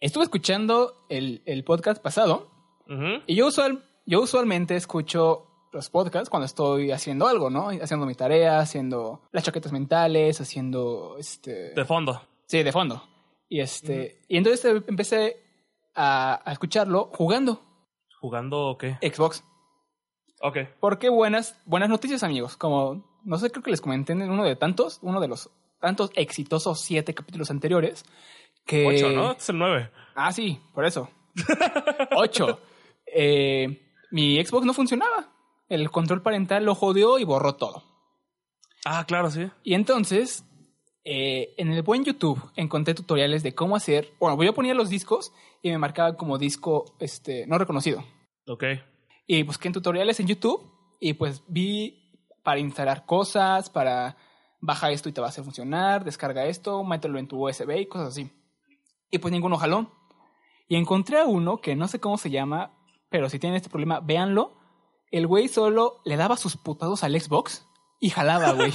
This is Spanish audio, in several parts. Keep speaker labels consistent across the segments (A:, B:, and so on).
A: estuve escuchando el, el podcast pasado y yo, usual, yo usualmente escucho los podcasts cuando estoy haciendo algo, ¿no? Haciendo mi tarea, haciendo las chaquetas mentales, haciendo este...
B: De fondo.
A: Sí, de fondo. Y este, y entonces em- empecé a, a escucharlo jugando
B: ¿Jugando o qué?
A: Xbox.
B: Ok.
A: Porque buenas, buenas noticias, amigos. Como no sé, creo que les comenté en uno de tantos, uno de los tantos exitosos siete capítulos anteriores. Que...
B: Ocho, ¿no? Este es el nueve.
A: Ah, sí, por eso. Ocho. Eh, mi Xbox no funcionaba. El control parental lo jodió y borró todo.
B: Ah, claro, sí.
A: Y entonces, eh, en el buen YouTube encontré tutoriales de cómo hacer. Bueno, yo ponía los discos y me marcaba como disco este, no reconocido.
B: Ok.
A: Y busqué en tutoriales en YouTube y pues vi para instalar cosas, para baja esto y te va a hacer funcionar, descarga esto, mételo en tu USB y cosas así. Y pues ninguno jaló. Y encontré a uno que no sé cómo se llama, pero si tienen este problema, véanlo. El güey solo le daba sus putados al Xbox y jalaba, güey. o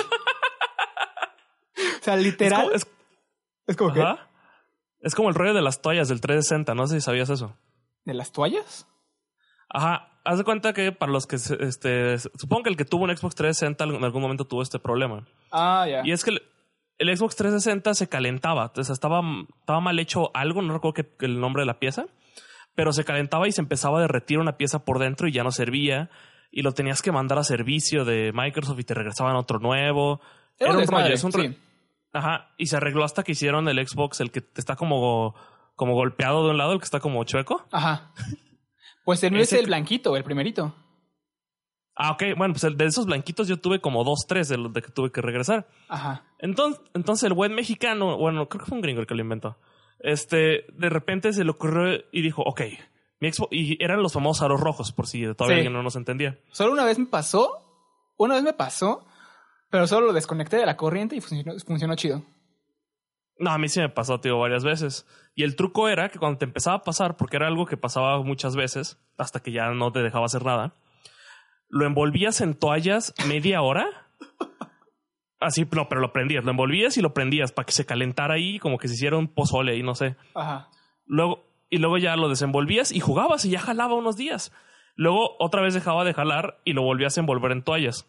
A: sea,
B: Es
A: literal.
B: como, es-
A: Es como, que.
B: ajá. Es como el rollo de las toallas del 360, no sé si sabías eso.
A: ¿De las toallas?
B: Ajá, haz de cuenta que para los que, se- este, supongo que el que tuvo un Xbox 360 en algún momento tuvo este problema.
A: Ah, ya.
B: Y es que el, el Xbox 360 se calentaba, o sea, estaba, estaba mal hecho algo, no recuerdo que, el nombre de la pieza, pero se calentaba y se empezaba a derretir una pieza por dentro y ya no servía. Y lo tenías que mandar a servicio de Microsoft y te regresaban otro nuevo. Era un rollo,
A: desmadre,
B: es un rollo.
A: sí.
B: Ajá, y se arregló hasta que hicieron el Xbox, el que está como, como golpeado de un lado, el que está como chueco.
A: Ajá. Pues el mío es
B: Ese-
A: el blanquito, el primerito.
B: Ah, ok, bueno, pues el de esos blanquitos yo tuve como dos, tres de los de que tuve que regresar.
A: Ajá.
B: Entonces, entonces el buen mexicano, bueno, creo que fue un gringo el que lo inventó. Este, de repente se le ocurrió y dijo, ok, mi Xbox, y eran los famosos aros rojos, por si todavía
A: Sí.
B: alguien no nos entendía.
A: Solo una vez me pasó, una vez me pasó, pero solo lo desconecté de la corriente y funcionó, funcionó chido.
B: No, a mí sí me pasó, tío, varias veces. Y el truco era que cuando te empezaba a pasar, porque era algo que pasaba muchas veces, hasta que ya no te dejaba hacer nada, lo envolvías en toallas media hora. Así, no, pero lo prendías, lo envolvías y lo prendías para que se calentara ahí, como que se hiciera un pozole y no sé.
A: Ajá.
B: Luego, y luego ya lo desenvolvías y jugabas y ya jalaba unos días. Luego otra vez dejaba de jalar y lo volvías a envolver en toallas.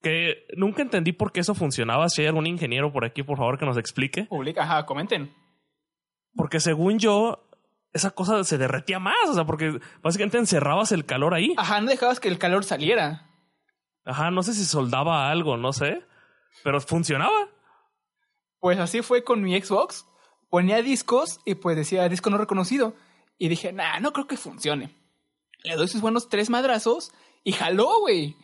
B: Que nunca entendí por qué eso funcionaba. Si hay algún ingeniero por aquí, por favor, que nos explique.
A: Publica, ajá, comenten.
B: Porque según yo, esa cosa se derretía más. O sea, porque básicamente encerrabas el calor ahí.
A: Ajá, no dejabas que el calor saliera.
B: Ajá, no sé si soldaba algo, no sé. Pero funcionaba.
A: Pues así fue con mi Xbox. Ponía discos y pues decía disco no reconocido. Y dije, nah, no creo que funcione. Le doy sus buenos tres madrazos y jaló, güey.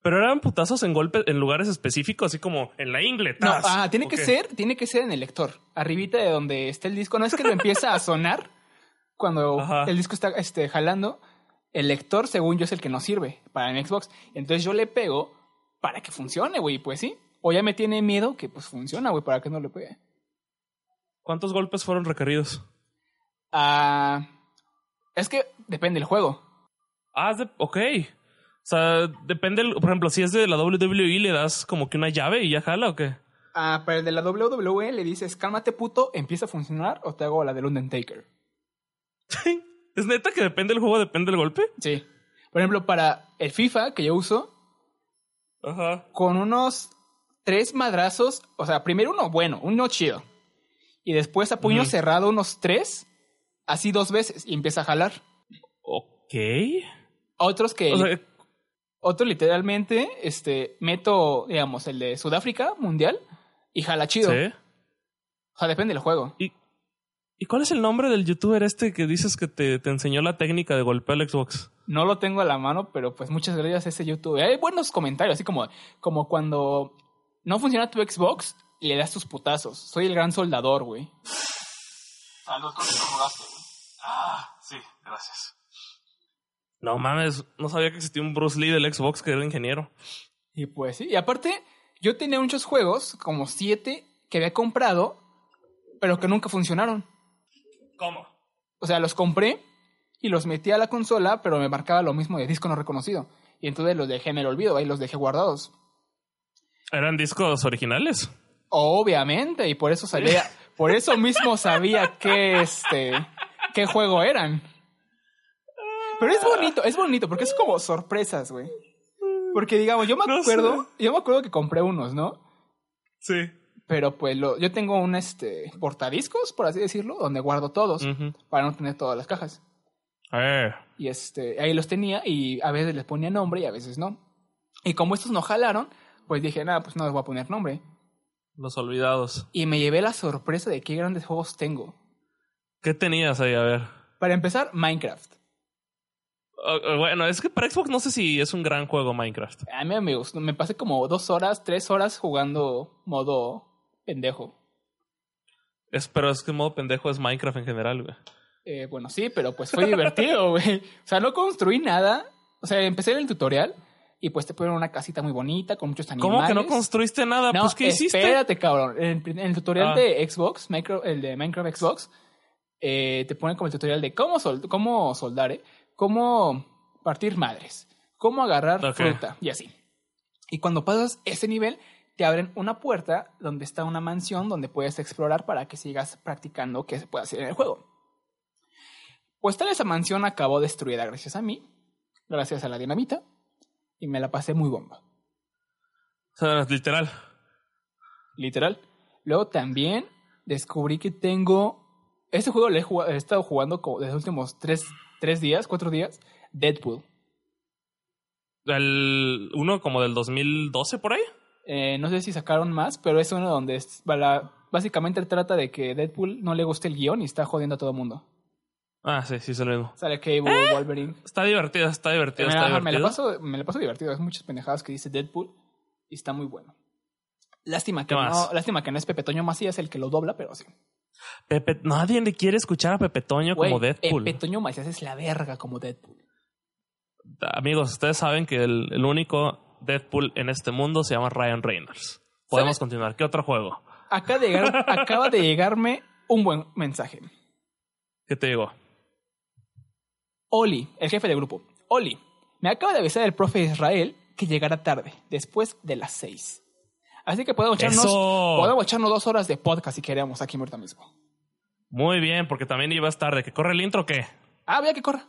B: Pero eran putazos en golpes en lugares específicos, así como en la ingle.
A: No,
B: ¡tas!
A: ajá, tiene
B: ¿O
A: que
B: qué?
A: ser, tiene que ser en el lector, arribita de donde esté el disco. No es que lo empieza a sonar cuando
B: Ajá.
A: el disco está este, jalando. El lector, según yo, es el que no sirve para mi Xbox. Entonces yo le pego para que funcione, güey, pues sí. O ya me tiene miedo que pues funciona, güey, para que no le pegue.
B: ¿Cuántos golpes fueron requeridos?
A: Ah, es que depende del juego.
B: Ah, es de- ok. O sea, depende, el- por ejemplo, si es de la WWE, le das como que una llave y ya jala o qué.
A: Ah, para el de la WWE le dices, cálmate puto, empieza a funcionar o te hago la del Undertaker.
B: es neta que depende del juego, depende del golpe.
A: Sí. Por ejemplo, para el FIFA que yo uso,
B: Ajá.
A: con unos tres madrazos, o sea, primero uno bueno, uno chido, y después a puño
B: Ujú.
A: cerrado unos tres, así dos veces, y empieza a jalar.
B: Ok.
A: Otros que,
B: O sea,
A: otro literalmente, este, meto, digamos, el de Sudáfrica, mundial, y jala chido.
B: sí.
A: O sea, depende del juego.
B: ¿Y cuál es el nombre del youtuber este que dices que te, te enseñó la técnica de golpear al Xbox?
A: No lo tengo a la mano, pero pues muchas gracias a ese YouTube. Hay buenos comentarios, así como, como cuando no funciona tu Xbox, le das tus putazos. Soy el gran soldador, güey.
B: Ah, sí, gracias. No mames, no sabía que existía un Bruce Lee del Xbox que era ingeniero.
A: Y pues sí, y aparte, yo tenía muchos juegos, como siete, que había comprado, pero que nunca funcionaron.
B: ¿Cómo?
A: O sea, los compré y los metí a la consola, pero me marcaba lo mismo de disco no reconocido. Y entonces los dejé en el olvido, ahí los dejé guardados.
B: ¿Eran discos originales?
A: Obviamente, y por eso salía, Por eso mismo sabía que este qué juego eran. Pero es bonito, es bonito, porque es como sorpresas, güey. Porque digamos, yo me
B: No sé.
A: acuerdo, yo me acuerdo que compré unos, ¿no?
B: Sí.
A: Pero pues lo- yo tengo un este portadiscos, por así decirlo, donde guardo todos
B: Ujú. Eh,
A: para no tener todas las cajas.
B: A ver.
A: Y este, ahí los tenía y a veces les ponía nombre y a veces no. Y como estos no jalaron, pues dije, nada, pues no les voy a poner nombre.
B: Los olvidados.
A: Y me llevé la sorpresa de qué grandes juegos tengo.
B: ¿Qué tenías ahí? A ver.
A: Para empezar, Minecraft.
B: Ah, ah, Bueno, es que para Xbox no sé si es un gran juego Minecraft.
A: A mí me gustó, me pasé como dos horas, tres horas jugando modo pendejo.
B: Es, pero es que en modo pendejo es Minecraft en general, güey.
A: Eh, bueno, sí, pero pues fue divertido, güey. O sea, no construí nada. O sea, empecé en el tutorial y pues te ponen una casita muy bonita con muchos animales.
B: ¿Cómo que no construiste nada?
A: No,
B: pues ¿qué hiciste?
A: espérate, cabrón. En, el prim- en el tutorial
B: Ah.
A: de Xbox, micro- el de Minecraft Xbox, eh, te ponen como el tutorial de cómo, sol- cómo soldar, ¿eh? cómo partir madres, cómo agarrar
B: Ok.
A: fruta y así. Y cuando pasas ese nivel, te abren una puerta donde está una mansión donde puedes explorar para que sigas practicando qué se puede hacer en el juego. Pues tal esa mansión acabó destruida gracias a mí, gracias a la dinamita, y me la pasé muy bomba.
B: O sea, literal.
A: Literal. Luego también descubrí que tengo. Este juego lo he, jugado- he estado jugando como desde los últimos tres, tres días, cuatro días. Deadpool.
B: El, uno como del 2012 por ahí.
A: Eh, no sé si sacaron más, pero es uno donde es- bala- básicamente trata de que Deadpool no le gusta el guión y está jodiendo a todo mundo.
B: Ah, sí, sí, es el mismo.
A: Sale Cable, Wolverine.
B: Está divertido, está divertido,
A: me,
B: está
A: ajá, me la
B: ¿Eh? divertido.
A: paso, me la paso divertido. Es muchas pendejadas que dice Deadpool y está muy bueno. Lástima que,
B: ¿Qué
A: no,
B: más?
A: lástima que no es Pepe Toño Macías el que lo dobla, pero sí.
B: Pepe, nadie le quiere escuchar a Pepe Toño como
A: Güey,
B: Deadpool.
A: Pepe Toño Macías es la verga como Deadpool.
B: Amigos, ustedes saben que el, el único Deadpool en este mundo se llama Ryan Reynolds. Podemos
A: ¿Sabes?
B: continuar. ¿Qué otro juego?
A: Acaba de, llegar- acaba de llegarme un buen mensaje.
B: ¿Qué te digo?
A: Oli, el jefe de grupo. Oli, me acaba de avisar el profe Israel que llegará tarde, después de las seis. Así que podemos echarnos,
B: Eso.
A: podemos echarnos dos horas de podcast si queremos aquí ahorita mismo.
B: Muy bien, porque también ibas tarde. ¿Que corre el intro o qué?
A: Ah, vea que corra.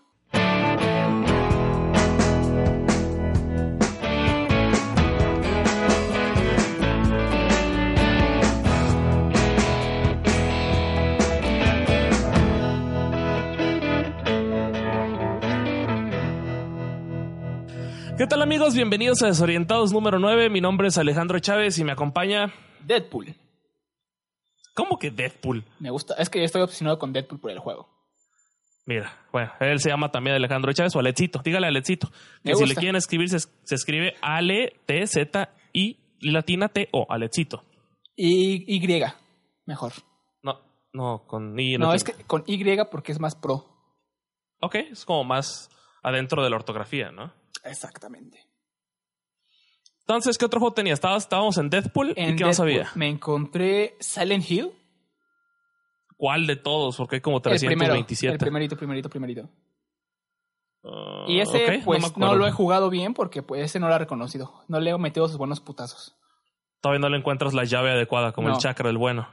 B: ¿Qué tal amigos? Bienvenidos a Desorientados número 9. Mi nombre es Alejandro Chávez y me acompaña...
A: Deadpool.
B: ¿Cómo que Deadpool?
A: Me gusta. Es que yo estoy obsesionado con Deadpool por el juego.
B: Mira, bueno, él se llama también Alejandro Chávez o Alecito. Dígale Alecito.
A: Me
B: Que si
A: gusta.
B: le quieren escribir, se, se escribe Ale, T, Z, I, latina, T, O, Alecito.
A: Y Y, mejor.
B: No, no, con I.
A: No,
B: latina.
A: es que con Y porque es más pro.
B: Ok, es como más adentro de la ortografía, ¿no?
A: Exactamente.
B: Entonces, ¿qué otro juego tenía? Estabas- Estábamos en Deadpool y
A: En
B: ¿qué
A: Deadpool
B: más había?
A: Me encontré Silent Hill.
B: ¿Cuál de todos? Porque hay como
A: El primero.
B: 327.
A: El primerito, primerito, primerito.
B: Ah,
A: Y ese,
B: ok, no me
A: pues, no,
B: acuerdo.
A: lo he jugado bien porque pues, ese no lo ha reconocido. No le he metido sus buenos putazos.
B: Todavía no le encuentras la llave adecuada, como
A: No.
B: el chakra del bueno.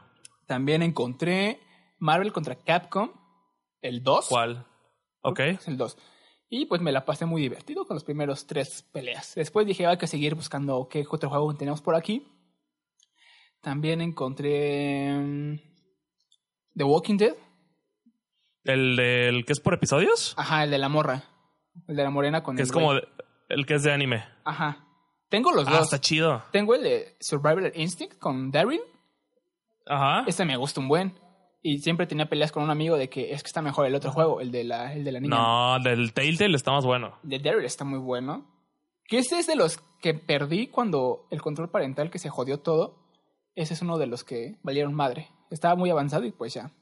A: También encontré Marvel contra Capcom, el 2.
B: ¿Cuál? Ok.
A: Es el 2. Y pues me la pasé muy divertido con los primeros tres peleas. Después dije, hay que seguir buscando qué otro juego tenemos por aquí. También encontré mm, The Walking Dead.
B: ¿El del que es por episodios?
A: Ajá, el de la morra. El de la morena con
B: que
A: el
B: es como
A: güey.
B: de- el que es de anime.
A: Ajá. Tengo los
B: Ah,
A: dos.
B: está chido.
A: Tengo el de Survival Instinct con Daryl
B: Ajá.
A: Este me gusta un buen. Y siempre tenía peleas con un amigo de que es que está mejor el otro juego, el de la, el de la niña.
B: No, del Telltale está más bueno.
A: El de Daryl está muy bueno. Que ese es de los que perdí cuando el control parental que se jodió todo. Ese es uno de los que valieron madre. Estaba muy avanzado y pues ya.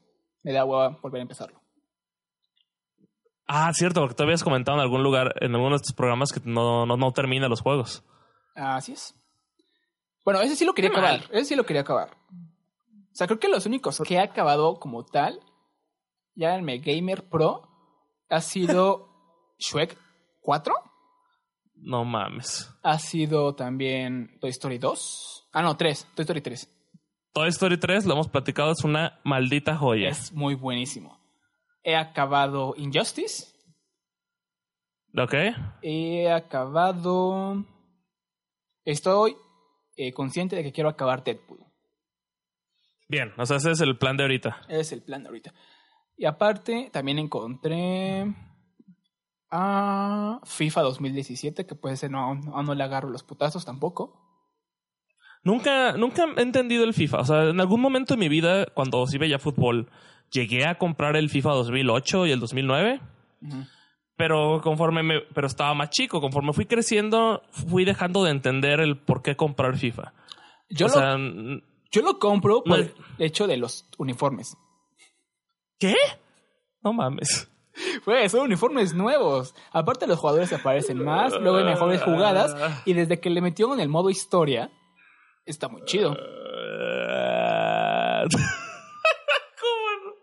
A: Me da hueva volver a empezarlo.
B: Ah, cierto, porque tú habías comentado en algún lugar, en alguno de estos programas, que no, no, no termina los juegos.
A: Así es. Bueno, ese sí lo quería
B: Qué
A: acabar. Ese sí lo quería acabar. O sea, creo que los únicos que he acabado como tal, llámenme Gamer Pro, ha sido Shrek 4.
B: No mames.
A: ha sido también Toy Story 2. Ah, no, 3. Toy Story 3.
B: Toy Story 3, lo hemos platicado, es una maldita joya.
A: Es muy buenísimo. He acabado Injustice.
B: ¿Ok?
A: He acabado. Estoy eh, consciente de que quiero acabar Deadpool.
B: Bien, o sea, ese es el plan de ahorita.
A: Ese es el plan ahorita. Y aparte, también encontré. A FIFA 2017, que puede ser, no, aún- aún no le agarro los putazos tampoco.
B: Nunca, nunca he entendido el FIFA. O sea, en algún momento de mi vida, cuando sí veía fútbol, llegué a comprar el FIFA 2008 y el 2009.
A: Ujú.
B: Pero conforme me, pero estaba más chico, conforme fui creciendo, fui dejando de entender el por qué comprar FIFA.
A: Yo,
B: o
A: lo,
B: sea, n-
A: yo lo compro por
B: no-
A: el hecho de los uniformes.
B: ¿qué? No mames.
A: Pues son uniformes nuevos. Aparte los jugadores aparecen más, luego hay mejores jugadas y desde que le metieron en el modo historia está muy chido.
B: Ah, ¿Cómo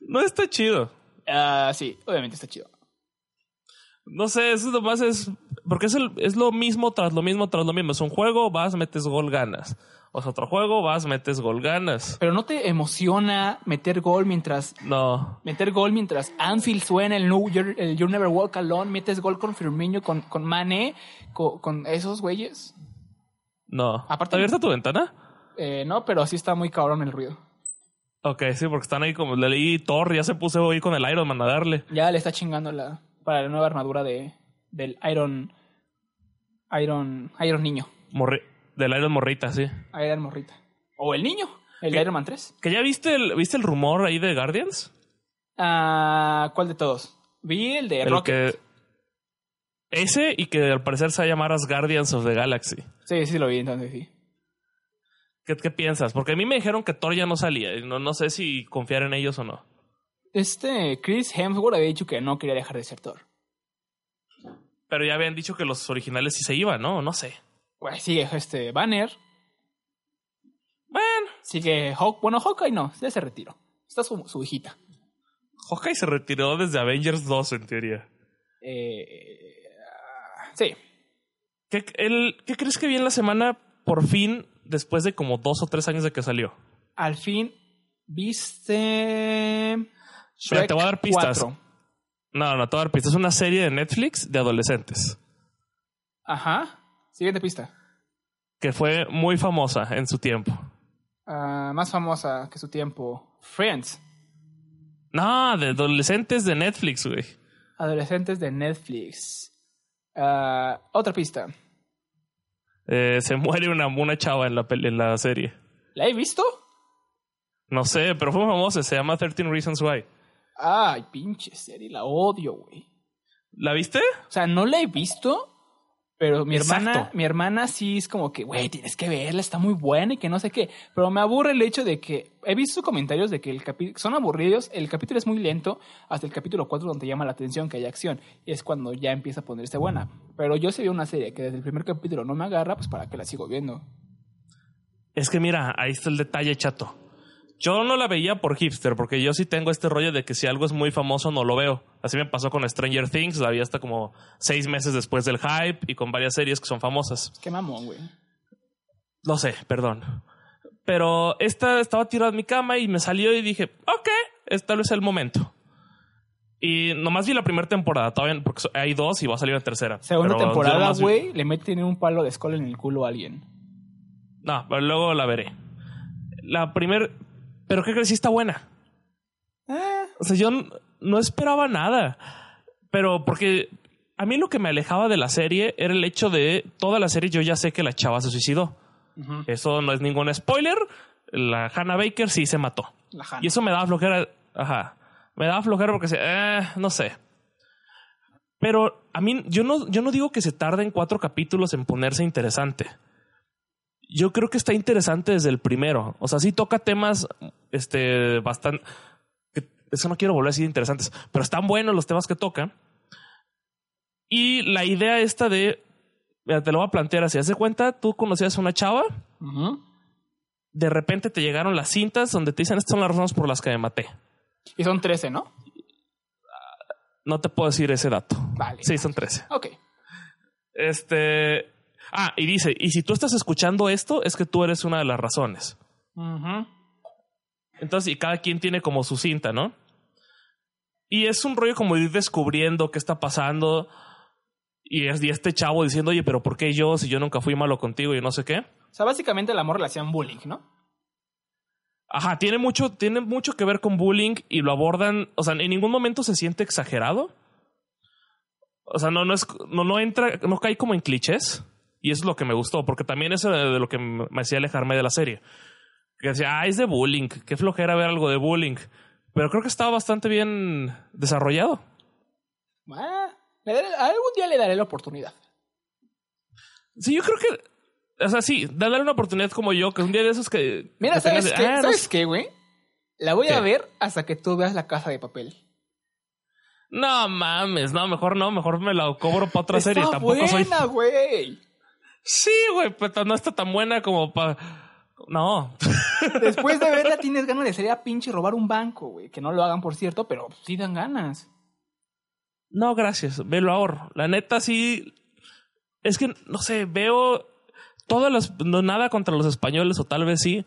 B: no? No está chido.
A: Ah, sí, obviamente está chido.
B: No sé, eso nomás es. Porque es, el- es lo mismo tras lo mismo tras lo mismo. Es un juego, vas, metes gol, ganas. O sea, otro juego, vas, metes gol, ganas.
A: Pero no te emociona meter gol mientras
B: No.
A: meter gol mientras Anfield suena el New Year- el You Never Walk Alone, metes gol con Firmino, con, con Mane, co- con, esos güeyes.
B: No.
A: Aparte-
B: ¿Está abierta tu ventana?
A: Eh, no, pero sí está muy cabrón el ruido.
B: Ok, sí, porque están ahí como le leí Thor, ya se puso ahí con el Iron Man a darle.
A: Ya le está chingando la para la nueva armadura de del Iron Iron Iron niño.
B: Morri- del Iron Morrita, sí.
A: Iron Morrita. O el niño, el de
B: ¿Qué?
A: Iron Man 3.
B: ¿Que ya viste el, viste el rumor ahí de Guardians?
A: Ah, ¿Cuál de todos? Vi el de
B: El
A: Rocket.
B: que- Ese y que al parecer se va a llamar as Guardians of the Galaxy.
A: Sí, sí lo vi entonces, sí.
B: ¿Qué, qué piensas? Porque a mí me dijeron que Thor ya no salía. y No, no sé si confiar en ellos o no.
A: Este Chris Hemsworth había dicho que no quería dejar de ser Thor.
B: Pero ya habían dicho que los originales sí se iban, ¿no? No sé.
A: Pues sigue este Banner,
B: Bueno,
A: sigue Hawk. Bueno, Hawkeye no, ya se retiró. Está su, su hijita.
B: Hawkeye se retiró desde Avengers 2, en teoría.
A: Eh, ah, sí,
B: ¿Qué, el- ¿Qué crees que vi en la semana por fin después de como dos o tres años de que salió?
A: al fin viste.
B: Mira, te voy a dar pistas.
A: 4.
B: No, no, te voy a dar pistas. Es una serie de Netflix de adolescentes
A: Ajá. Siguiente pista.
B: que fue muy famosa en su tiempo.
A: Ah, más famosa que su tiempo. Friends.
B: No, de adolescentes de Netflix, güey.
A: Adolescentes de Netflix. Ah, otra pista.
B: Eh, se muere una, una chava en la, pel- en la serie.
A: ¿La he visto?
B: No sé, pero fue famosa. Se llama 13 Reasons Why.
A: Ay, pinche serie, la odio, güey.
B: ¿La viste?
A: O sea, no la he visto, pero mi
B: Exacto.
A: hermana, mi hermana sí es como que, güey, tienes que verla, está muy buena y que no sé qué. Pero me aburre el hecho de que he visto comentarios de que el capítulo son aburridos, el capítulo es muy lento, hasta el capítulo 4 donde llama la atención que hay acción y es cuando ya empieza a ponerse buena. Pero yo si veo una serie que desde el primer capítulo no me agarra, pues para qué la sigo viendo.
B: Es que mira, ahí está el detalle, chato. Yo no la veía por hipster, porque yo sí tengo este rollo de que si algo es muy famoso no lo veo. Así me pasó con Stranger Things, la vi hasta como seis meses después del hype y con varias series que son famosas.
A: Qué mamón, güey.
B: No sé, perdón. Pero esta estaba tirada en mi cama y me salió y dije, ok, es tal vez el momento. Y nomás vi la primera temporada, todavía, no- porque so- hay dos y va a salir la tercera.
A: Segunda
B: Pero yo
A: temporada,
B: nomás vi-
A: güey, le meten un palo de escola en el culo a alguien.
B: No, pero luego la veré. La primera... Pero ¿qué crees? Sí está buena. O sea, yo n- no esperaba nada. Pero porque a mí lo que me alejaba de la serie era el hecho de toda la serie yo ya sé que la chava se suicidó.
A: Ujú.
B: Eso no es ningún spoiler. La Hannah Baker sí se mató.
A: La Hannah.
B: Y eso me da flojera. Ajá. Me da flojera porque se, eh, no sé. Pero a mí, yo no, yo no digo que se tarden cuatro capítulos en ponerse interesante. Yo creo que está interesante desde el primero. O sea, sí toca temas este, bastante. que- Es que no quiero volver a decir interesantes, pero están buenos los temas que toca. Y la idea esta de. mira, Te lo voy a plantear así. Haz de cuenta, tú conocías a una chava,
A: Ujú.
B: de repente te llegaron las cintas donde te dicen estas son las razones por las que me maté.
A: Y son 13, ¿no?
B: No te puedo decir ese dato.
A: Vale.
B: Sí, son 13.
A: Ok.
B: Este. Ah, y dice, y si tú estás escuchando esto, es que tú eres una de las razones.
A: Ujú.
B: Entonces, y cada quien tiene como su cinta, ¿no? Y es un rollo como de ir descubriendo qué está pasando. Y, es, y este chavo diciendo, oye, pero ¿por qué yo si yo nunca fui malo contigo y no sé qué?
A: O sea, básicamente el amor le hacían bullying, ¿no?
B: Ajá, tiene mucho, tiene mucho que ver con bullying y lo abordan. O sea, en ningún momento se siente exagerado. O sea, no, no es, no, no entra, no cae como en clichés. Y eso es lo que me gustó, porque también eso era de lo que me me hacía alejarme de la serie. Que decía, ah, es de bullying, qué flojera ver algo de bullying. Pero creo que estaba bastante bien desarrollado.
A: Ah, le daré- algún día le daré la oportunidad.
B: Sí, yo creo que, o sea, sí, darle una oportunidad como yo, que un día de esos que.
A: Mira,
B: que
A: ¿sabes
B: tengas de,
A: qué?
B: "Ah, no
A: ¿Sabes qué, güey? La voy
B: ¿Qué?
A: a ver hasta que tú veas la casa de papel.
B: No mames, no, mejor no, mejor me la cobro para otra
A: Está
B: serie. Tampoco soy.
A: buena, güey.
B: Sí, güey, pero no está tan buena como para. No.
A: Después de verla tienes ganas de salir a pinche robar un banco, güey. Que no lo hagan, por cierto, pero sí dan ganas.
B: No, gracias. Velo ahora. La neta, sí. Es que, no sé, veo todas las. No, nada contra los españoles, o tal vez sí.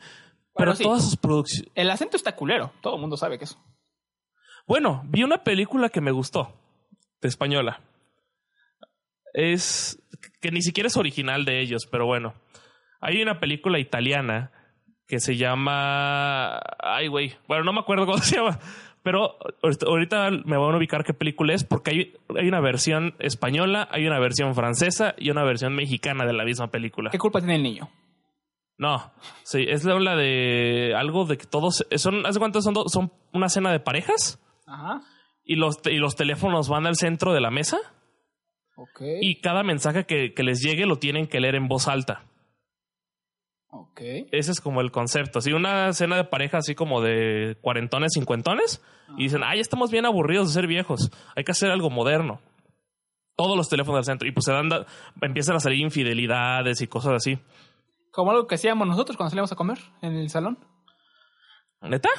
B: Pero
A: Bueno, sí.
B: todas sus producciones.
A: El acento está culero. Todo el mundo sabe que eso.
B: Bueno, vi una película que me gustó. De española. Es. que ni siquiera es original de ellos, pero bueno. Hay una película italiana que se llama. Ay, güey. Bueno, no me acuerdo cómo se llama. Pero ahorita- ahorita me van a ubicar qué película es, porque hay, hay una versión española, hay una versión francesa y una versión mexicana de la misma película.
A: ¿Qué culpa tiene el niño?
B: No, sí, es la la de algo de que todos. Son, ¿Hace cuánto son? dos- Son una cena de parejas
A: Ajá.
B: y los, te- y los teléfonos van al centro de la mesa
A: Ok.
B: y cada mensaje que, que les llegue lo tienen que leer en voz alta.
A: Ok.
B: Ese es como el concepto. Así una cena de pareja así como de cuarentones, cincuentones y dicen, ay, estamos bien aburridos de ser viejos. Hay que hacer algo moderno. Todos los teléfonos del centro. Y pues se dan, da- empiezan a salir infidelidades y cosas así.
A: Como algo que hacíamos nosotros cuando salíamos a comer en el salón.
B: ¿Neta?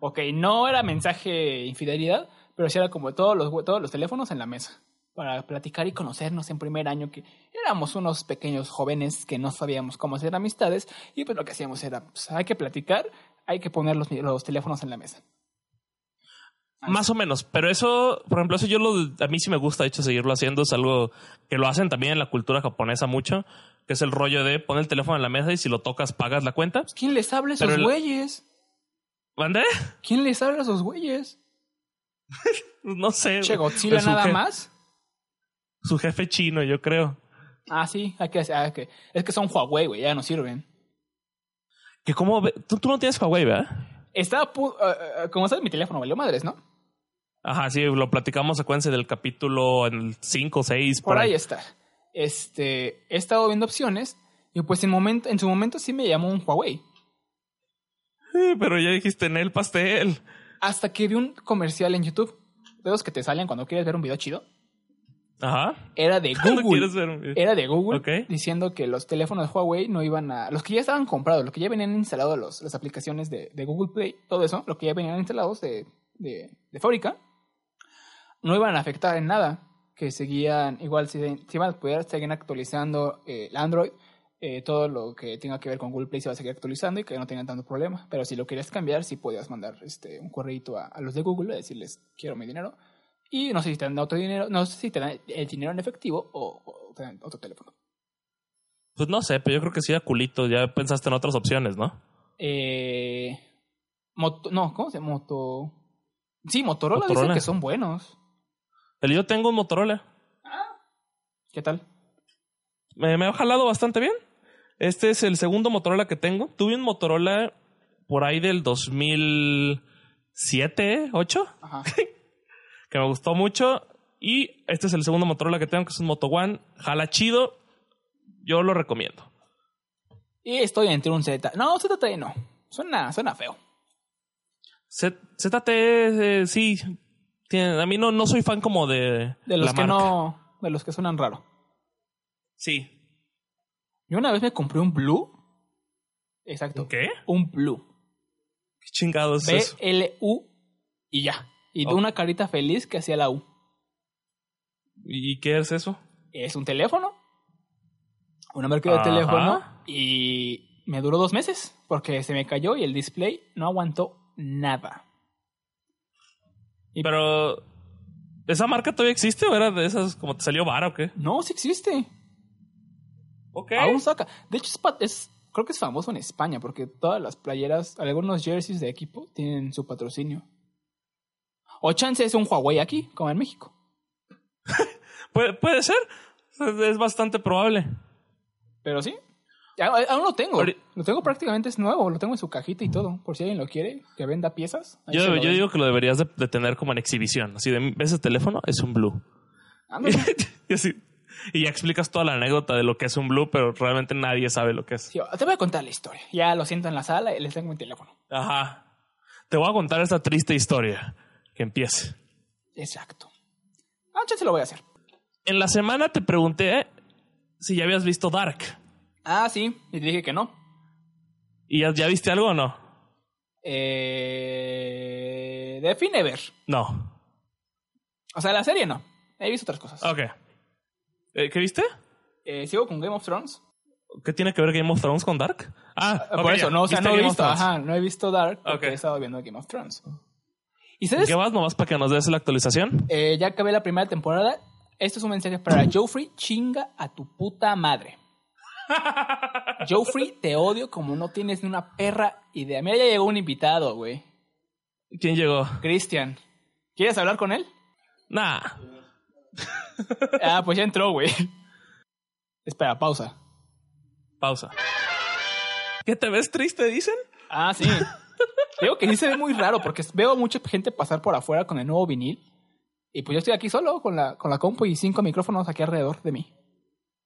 A: Ok, no era mensaje infidelidad, pero sí era como todos los, todos los teléfonos en la mesa. Para platicar y conocernos en primer año, que éramos unos pequeños jóvenes que no sabíamos cómo hacer amistades, y pues lo que hacíamos era, pues, hay que platicar, hay que poner los, los teléfonos en la mesa. Así.
B: Más o menos. Pero eso, por ejemplo, eso yo lo, a mí sí me gusta, de hecho, seguirlo haciendo. Es algo que lo hacen también en la cultura japonesa mucho, que es el rollo de poner el teléfono en la mesa y si lo tocas pagas la cuenta.
A: ¿Quién les habla a
B: Pero
A: esos
B: el-
A: güeyes?
B: ¿Mande?
A: ¿Quién les habla a esos güeyes?
B: Pues No sé.
A: Che, Godzilla
B: Es Eh, su
A: nada
B: je-
A: más.
B: Su jefe chino, yo creo.
A: Ah, sí, hay que, hay que- es que son Huawei, güey, ya no sirven.
B: Que como ve- tú, tú no tienes Huawei, ¿verdad?
A: Estaba, a pu- ah, ah, ah, como sabes, mi teléfono valió madres, ¿no?
B: Ajá, sí, lo platicamos, acuérdense del capítulo en el 5 o 6.
A: Por ahí está. Este, he estado viendo opciones y pues en, momento, en su momento sí me llamó un Huawei.
B: Sí, pero ya dijiste en el pastel.
A: Hasta que vi un comercial en YouTube, de los que te salen cuando quieres ver un video chido,
B: Ajá.
A: era de
B: ¿Cuándo
A: Google.
B: quieres ver Eh, un video?
A: Era de Google
B: Ok.
A: diciendo que los teléfonos Huawei no iban a... Los que ya estaban comprados, los que ya venían instalados los, las aplicaciones de, de Google Play, todo eso, los que ya venían instalados de, de, de fábrica, no iban a afectar en nada. Que seguían, igual si, si iban a poder, seguían actualizando eh, el Android, eh, todo lo que tenga que ver con Google Play se va a seguir actualizando y que no tengan tanto problema. Pero si lo querías cambiar, sí podías mandar este, un correíto a, a los de Google a decirles, quiero mi dinero. Y no sé si te dan otro dinero, no sé si te dan el dinero en efectivo o, o te dan otro teléfono.
B: Pues no sé, pero yo creo que sí era culito. Ya pensaste en otras opciones, ¿no?
A: Eh, moto, no, ¿cómo se llama? Moto. Sí, Motorola,
B: Motorola.
A: dicen que son buenos.
B: El yo tengo un Motorola.
A: ¿Qué tal?
B: me, me ha jalado bastante bien. Este es el segundo Motorola que tengo. Tuve un Motorola por ahí del 2007, 8,
A: Ajá.
B: que me gustó mucho. Y este es el segundo Motorola que tengo, que es un Moto One. Jala chido. Yo lo recomiendo.
A: Y estoy entre un Z. No, ZTE no. Suena, suena feo.
B: Z- ZT, eh, sí. Tiene- a mí no, no soy fan como de.
A: De los
B: la
A: que
B: marca.
A: no. De los que suenan raro.
B: Sí.
A: Yo una vez me compré un Blue. Exacto.
B: ¿Qué?
A: Un Blue.
B: ¿Qué chingados es eso?
A: B-L-U y ya. Y de
B: Oh.
A: una carita feliz que hacía la U.
B: ¿Y qué es eso?
A: Es un teléfono. una marca de
B: Ajá.
A: teléfono y me duró dos meses porque se me cayó y el display no aguantó nada. Y-
B: Pero. ¿Esa marca todavía existe o era de esas como te salió vara o qué?
A: No, sí existe.
B: Ok.
A: Aún saca. De hecho, es, pa- es- creo que es famoso en España porque todas las playeras, algunos jerseys de equipo tienen su patrocinio. O chance es un Huawei aquí, como en México.
B: Puede, puede ser. Es bastante probable.
A: Pero sí. A- a- Aún lo tengo.
B: Ahori-
A: Lo tengo prácticamente es nuevo. Lo tengo en su cajita y todo. Por si alguien lo quiere, que venda piezas. ahí se
B: Yo,
A: lo
B: yo
A: vendo.
B: digo que lo deberías de, de tener como en exhibición. Así de, ¿ves el teléfono? Es un blue.
A: Ándale.
B: y así. Y ya explicas toda la anécdota de lo que es un blue, pero realmente nadie sabe lo que es.
A: Sí, te voy a contar la historia. Ya lo siento en la sala y les tengo mi teléfono.
B: Ajá. Te voy a contar esta triste historia. Que empiece.
A: Exacto. Ah, chance lo voy a hacer.
B: En la semana te pregunté si ya habías visto Dark.
A: Ah, sí. Y te dije que no.
B: ¿Y ya, ya viste algo o no?
A: Eh, define ver.
B: No.
A: O sea, la serie no. He visto otras cosas.
B: Ok. Eh, ¿Qué viste?
A: Eh, Sigo con Game of Thrones.
B: ¿Qué tiene que ver Game of Thrones con Dark? Ah, ok,
A: Por eso,
B: ya.
A: no, o sea,
B: ¿Viste
A: no he
B: Game of
A: visto.
B: Thrones?
A: Ajá, no he visto Dark porque
B: Ok.
A: he estado viendo Game of Thrones. ¿Y
B: ¿En
A: sabes
B: ¿Qué vas nomás para que nos des la actualización?
A: Eh, ya acabé la primera temporada. Esto es un mensaje para Joffrey. Chinga a tu puta madre. Joffrey, te odio como no tienes ni una perra idea. Mira, ya llegó un invitado, güey.
B: ¿Quién llegó?
A: Christian. ¿Quieres hablar con él?
B: Nah.
A: Ah, pues ya entró, güey. Espera, pausa.
B: Pausa. ¿Qué te ves triste, dicen?
A: Ah, sí. Digo que sí se ve muy raro porque veo mucha gente pasar por afuera con el nuevo vinil. Y pues yo estoy aquí solo con la, con la compu y cinco micrófonos aquí alrededor de mí.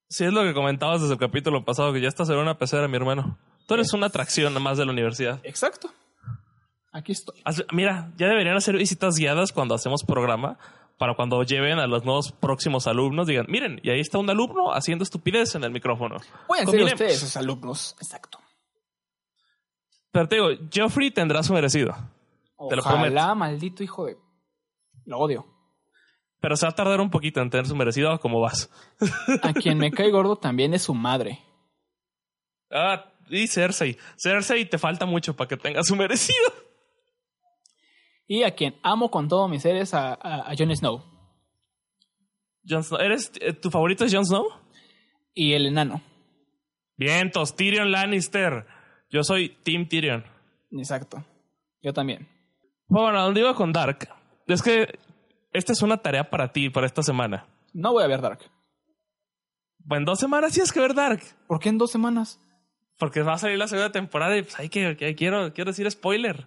B: Sí, es lo que comentabas desde el capítulo pasado, que ya estás en una pecera, mi hermano. Tú eres una atracción más de la universidad.
A: Exacto. Aquí estoy.
B: Haz- Mira, ya deberían hacer visitas guiadas cuando hacemos programa para cuando lleven a los nuevos próximos alumnos, digan, miren, y ahí está un alumno haciendo estupidez en el micrófono.
A: Pueden ser
B: Combinemos.
A: ustedes sus alumnos. Exacto.
B: Pero te digo, Joffrey tendrá su merecido, Te lo
A: Ojalá,
B: prometo.
A: maldito hijo de. Lo odio.
B: pero se va a tardar un poquito en tener su merecido como vas.
A: A quien me cae gordo también es su madre.
B: Ah, y Cersei. Cersei te falta mucho para que tenga su merecido.
A: Y a quien amo con todo mis seres a, a, a Jon Snow.
B: Jon Snow, ¿eres, eh, ¿Tu favorito es Jon Snow?
A: Y el enano.
B: Vientos, Tyrion Lannister. Yo soy Team Tyrion.
A: Exacto. Yo también.
B: Bueno, ¿a dónde iba con Dark? Es que esta es una tarea para ti, para esta semana.
A: No voy a ver Dark.
B: En dos semanas tienes que ver Dark.
A: ¿Por qué en dos semanas?
B: Porque va a salir la segunda temporada y pues hay que, que- quiero, quiero decir spoiler.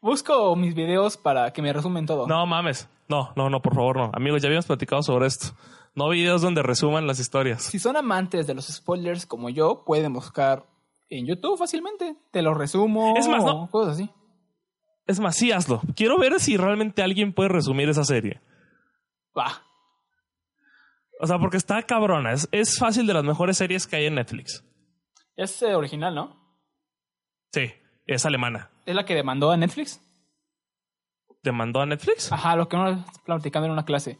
A: Busco mis videos para que me resumen todo.
B: No mames. No, no, no, por favor, no. Amigos, ya habíamos platicado sobre esto. No videos donde resuman las historias.
A: Si son amantes de los spoilers como yo, pueden buscar en YouTube fácilmente. Te los resumo.
B: Es más, ¿no?
A: o Cosas así.
B: Es más, sí hazlo. Quiero ver si realmente alguien puede resumir esa serie.
A: Va.
B: O sea, porque está cabrona. Es, es fácil de las mejores series que hay en Netflix.
A: Es eh, original, ¿no?
B: Sí, es alemana.
A: Es la que demandó a Netflix.
B: ¿Te mandó a Netflix?
A: Ajá, lo que uno platicando en una clase.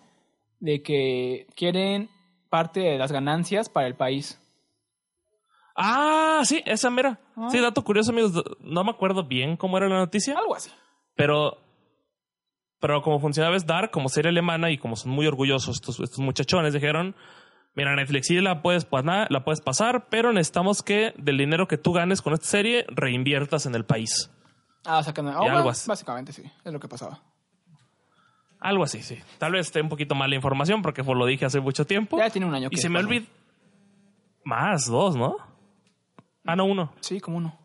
A: De que quieren parte de las ganancias para el país.
B: Ah, sí, esa mera.
A: Ah.
B: Sí, dato curioso, amigos. No me acuerdo bien cómo era la noticia,
A: Algo así.
B: pero. Pero como funcionaba es Dark, como serie alemana y como son muy orgullosos estos, estos muchachones, dijeron: Mira, Netflix, sí la puedes, pasar, la puedes pasar, pero necesitamos que del dinero que tú ganes con esta serie reinviertas en el país.
A: Ah, o sea que no-
B: Y algo
A: bueno,
B: así.
A: Básicamente sí, es lo que pasaba.
B: Algo así, sí. Tal vez esté un poquito mala información porque pues, lo dije hace mucho tiempo.
A: Ya tiene un año que.
B: y se me
A: pasó.
B: olvidó. Más, dos, ¿no? Ah, no, uno.
A: Sí, como uno.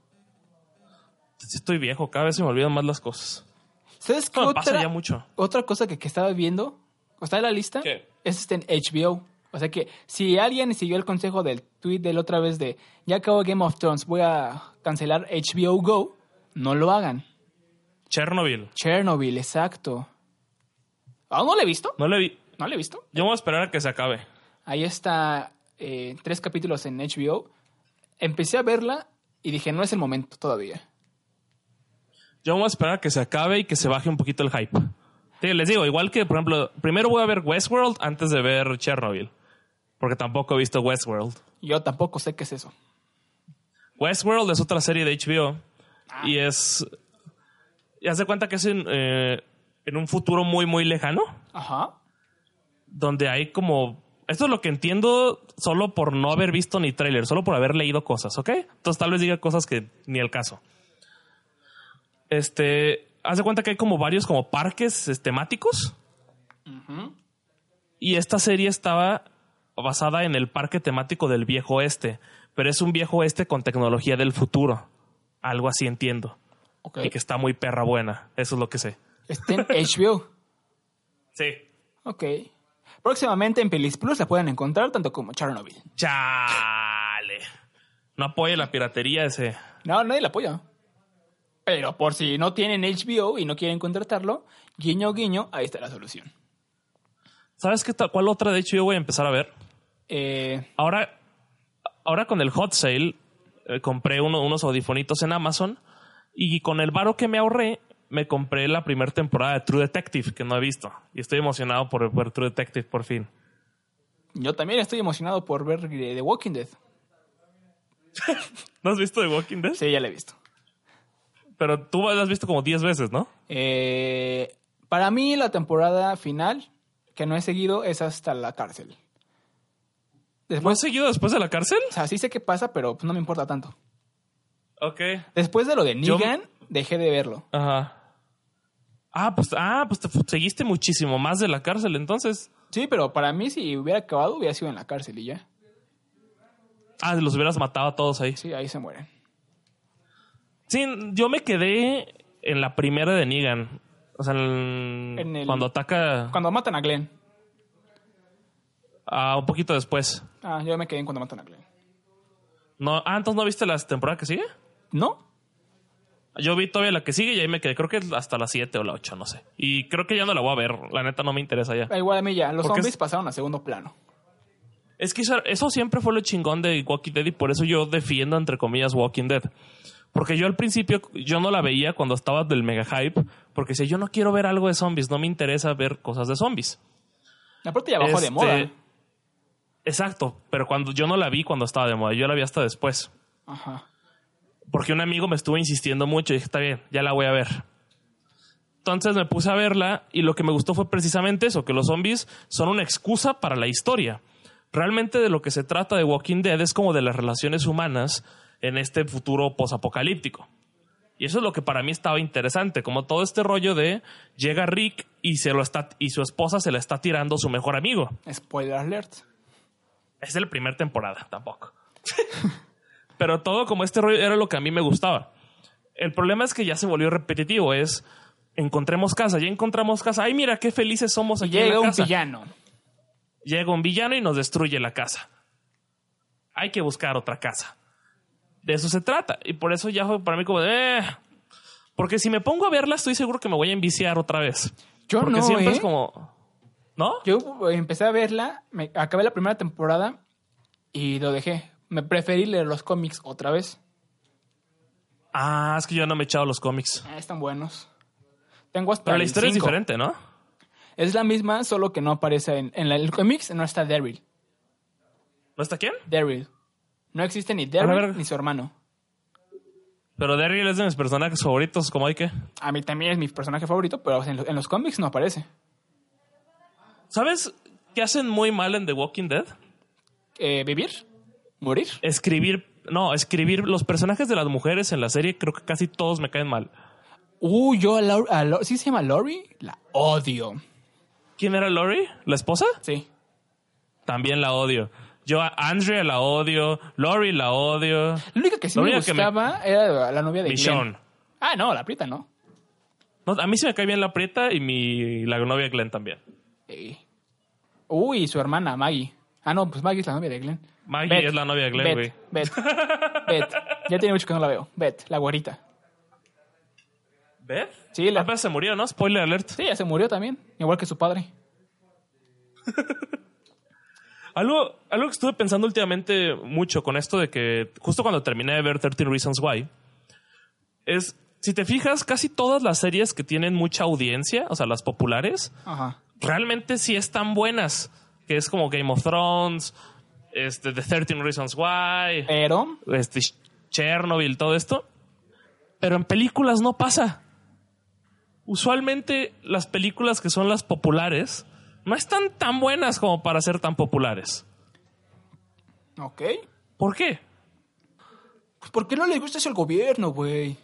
B: Estoy viejo, cada vez se me olvidan más las cosas.
A: ¿Sabes qué
B: Esto me pasa ya
A: otra,
B: mucho.
A: otra cosa que, que estaba viendo? ¿O está en la lista?
B: ¿Qué?
A: Es este en HBO. O sea que si alguien siguió el consejo del tweet del otra vez de ya acabo Game of Thrones, voy a cancelar HBO Go, no lo hagan.
B: Chernobyl.
A: Chernobyl, exacto. ¿Aún no lo he visto?
B: No le vi.
A: ¿No lo he visto?
B: Yo me voy a esperar a que se acabe.
A: Ahí está eh, tres capítulos en HBO. Empecé a verla y dije, no es el momento todavía.
B: Yo me voy a esperar a que se acabe y que se baje un poquito el hype. Sí, les digo, igual que, por ejemplo, primero voy a ver Westworld antes de ver Chernobyl. Porque tampoco he visto Westworld.
A: Yo tampoco sé qué es eso.
B: Westworld es otra serie de HBO y es. Y haz de cuenta que es en, eh, en un futuro muy, muy lejano,
A: Ajá.
B: donde hay como. Esto es lo que entiendo solo por no haber visto ni tráiler, solo por haber leído cosas, ¿ok? Entonces tal vez diga cosas que ni el caso. Este. Haz de cuenta que hay como varios como parques es, temáticos. Y esta serie estaba basada en el parque temático del viejo oeste, pero es un viejo oeste con tecnología del futuro. Algo así entiendo.
A: Ok.
B: Y que está muy perra buena. Eso es lo que sé.
A: Está en HBO.
B: Sí.
A: Ok. Próximamente en Pelis Plus la pueden encontrar tanto como Chernobyl.
B: Chale. No apoye la piratería ese.
A: No, nadie la apoya. Pero por si no tienen HBO y no quieren contratarlo, guiño guiño, ahí está la solución.
B: ¿Sabes qué ta- cuál otra de hecho yo voy a empezar a ver?
A: Eh,
B: Ahora, ahora con el hot sale, eh, compré uno- unos audifonitos en Amazon y con el varo que me ahorré, me compré la primera temporada de True Detective que no he visto. Y estoy emocionado por ver True Detective por fin.
A: yo también estoy emocionado por ver eh, The Walking Dead.
B: ¿No has visto The Walking Dead?
A: Sí, ya la he visto.
B: Pero tú la has visto como 10 veces, ¿no?
A: Eh, para mí la temporada final, que no he seguido, es hasta la cárcel.
B: ¿No
A: Después,
B: has seguido después de la cárcel?
A: o sea, sí sé qué pasa, pero pues, no me importa tanto.
B: Ok.
A: Después de lo de
B: Yo-
A: Negan, dejé de verlo.
B: Ajá. Ah, pues, ah, pues te fu- seguiste muchísimo más de la cárcel entonces.
A: Sí, pero para mí si hubiera acabado, hubiera sido en la cárcel y ya.
B: Ah, los hubieras matado a todos ahí.
A: Sí, ahí se mueren.
B: Sí, yo me quedé en la primera de Negan. O sea, en-
A: En el-
B: cuando ataca
A: Cuando matan a Glenn.
B: ah, un poquito después.
A: Ah, yo me quedé en cuando matan a Glenn.
B: No, ah, entonces no viste la temporada que sigue.
A: ¿No?
B: Yo vi todavía la que sigue y ahí me quedé. Creo que hasta la 7 o la 8, no sé. Y creo que ya no la voy a ver. La neta no me interesa ya.
A: Ah, Igual a mí ya. Los
B: Porque es-
A: zombies pasaron a segundo plano.
B: Es que eso, eso siempre fue lo chingón de Walking Dead y por eso yo defiendo, entre comillas, Walking Dead. Porque yo al principio, yo no la veía cuando estaba del mega hype, porque decía, yo no quiero ver algo de zombies, no me interesa ver cosas de zombies.
A: Aparte ya bajó
B: Este,
A: de moda.
B: Exacto, pero cuando yo no la vi cuando estaba de moda, yo la vi hasta después.
A: Ajá.
B: Porque un amigo me estuvo insistiendo mucho y dije, está bien, ya la voy a ver. Entonces me puse a verla y lo que me gustó fue precisamente eso, que los zombies son una excusa para la historia. Realmente de lo que se trata de Walking Dead es como de las relaciones humanas en este futuro posapocalíptico. Y eso es lo que para mí estaba interesante, como todo este rollo de llega Rick y se lo está y su esposa se la está tirando su mejor amigo.
A: Spoiler alert.
B: Es de la primera temporada, tampoco. Pero todo como este rollo era lo que a mí me gustaba. El problema es que ya se volvió repetitivo, es encontremos casa, ya encontramos casa. Ay, mira qué felices somos aquí en
A: Llega
B: la
A: un
B: casa.
A: villano.
B: Llega un villano y nos destruye la casa. Hay que buscar otra casa. De eso se trata. Y por eso ya fue para mí como de... "Eh". Porque si me pongo a verla, estoy seguro que me voy a enviciar otra vez.
A: Yo
B: Porque
A: no,
B: siempre
A: ¿eh?
B: es como... ¿No?
A: Yo eh, empecé a verla, me acabé la primera temporada y lo dejé. Me preferí leer los cómics otra vez.
B: Ah, es que yo no me he echado los cómics.
A: Ah, están buenos. Tengo hasta
B: Pero la
A: el
B: historia es
A: cinco.
B: diferente, ¿no?
A: Es la misma, solo que no aparece en, en la- el cómics, no está Daryl.
B: ¿No está quién?
A: Daryl. No existe ni
B: la
A: Daryl
B: verga.
A: ni su hermano.
B: Pero Daryl es de mis personajes favoritos, como hay que.
A: A mí también es mi personaje favorito, pero en, lo- en los cómics no aparece.
B: ¿Sabes qué hacen muy mal en The Walking Dead?
A: Eh, ¿Vivir? ¿Morir?
B: Escribir. No, escribir los personajes de las mujeres en la serie, creo que casi todos me caen mal.
A: Uh, yo a Lori, a Lo- ¿sí se llama Lori? La odio.
B: ¿Quién era Lori? ¿La esposa?
A: Sí.
B: También la odio. Yo a Andrea la odio. Lori la odio.
A: La única que sí
B: La
A: me
B: única que me-
A: gustaba era la novia de Glenn.
B: Michonne.
A: Ah, no, la prieta, ¿no?
B: No, a mí se me cae bien la prieta y mi la novia Glenn también.
A: Sí. Uy, su hermana, Maggie. Ah, no, pues Maggie es la novia de Glenn.
B: Maggie
A: Beth,
B: es la novia de Glenn, güey.
A: Bet, Bet, Bet. Ya tiene mucho que no la veo. Bet, la güerita.
B: ¿Beth?
A: Sí, la-
B: Ah, pero se murió, ¿no? Spoiler alert.
A: Sí, ya se murió también, igual que su padre.
B: Algo, algo que estuve pensando últimamente mucho con esto de que justo cuando terminé de ver 13 Reasons Why, es, si te fijas, casi todas las series que tienen mucha audiencia, o sea, las populares,
A: Ajá.
B: realmente sí están buenas. que es como Game of Thrones, este, The 13 Reasons Why,
A: Pero
B: este, Chernobyl, todo esto. Pero en películas no pasa. Usualmente las películas que son las populares no están tan buenas como para ser tan populares.
A: Ok.
B: ¿Por qué?
A: Pues, ¿Por qué no le gusta eso al gobierno, güey?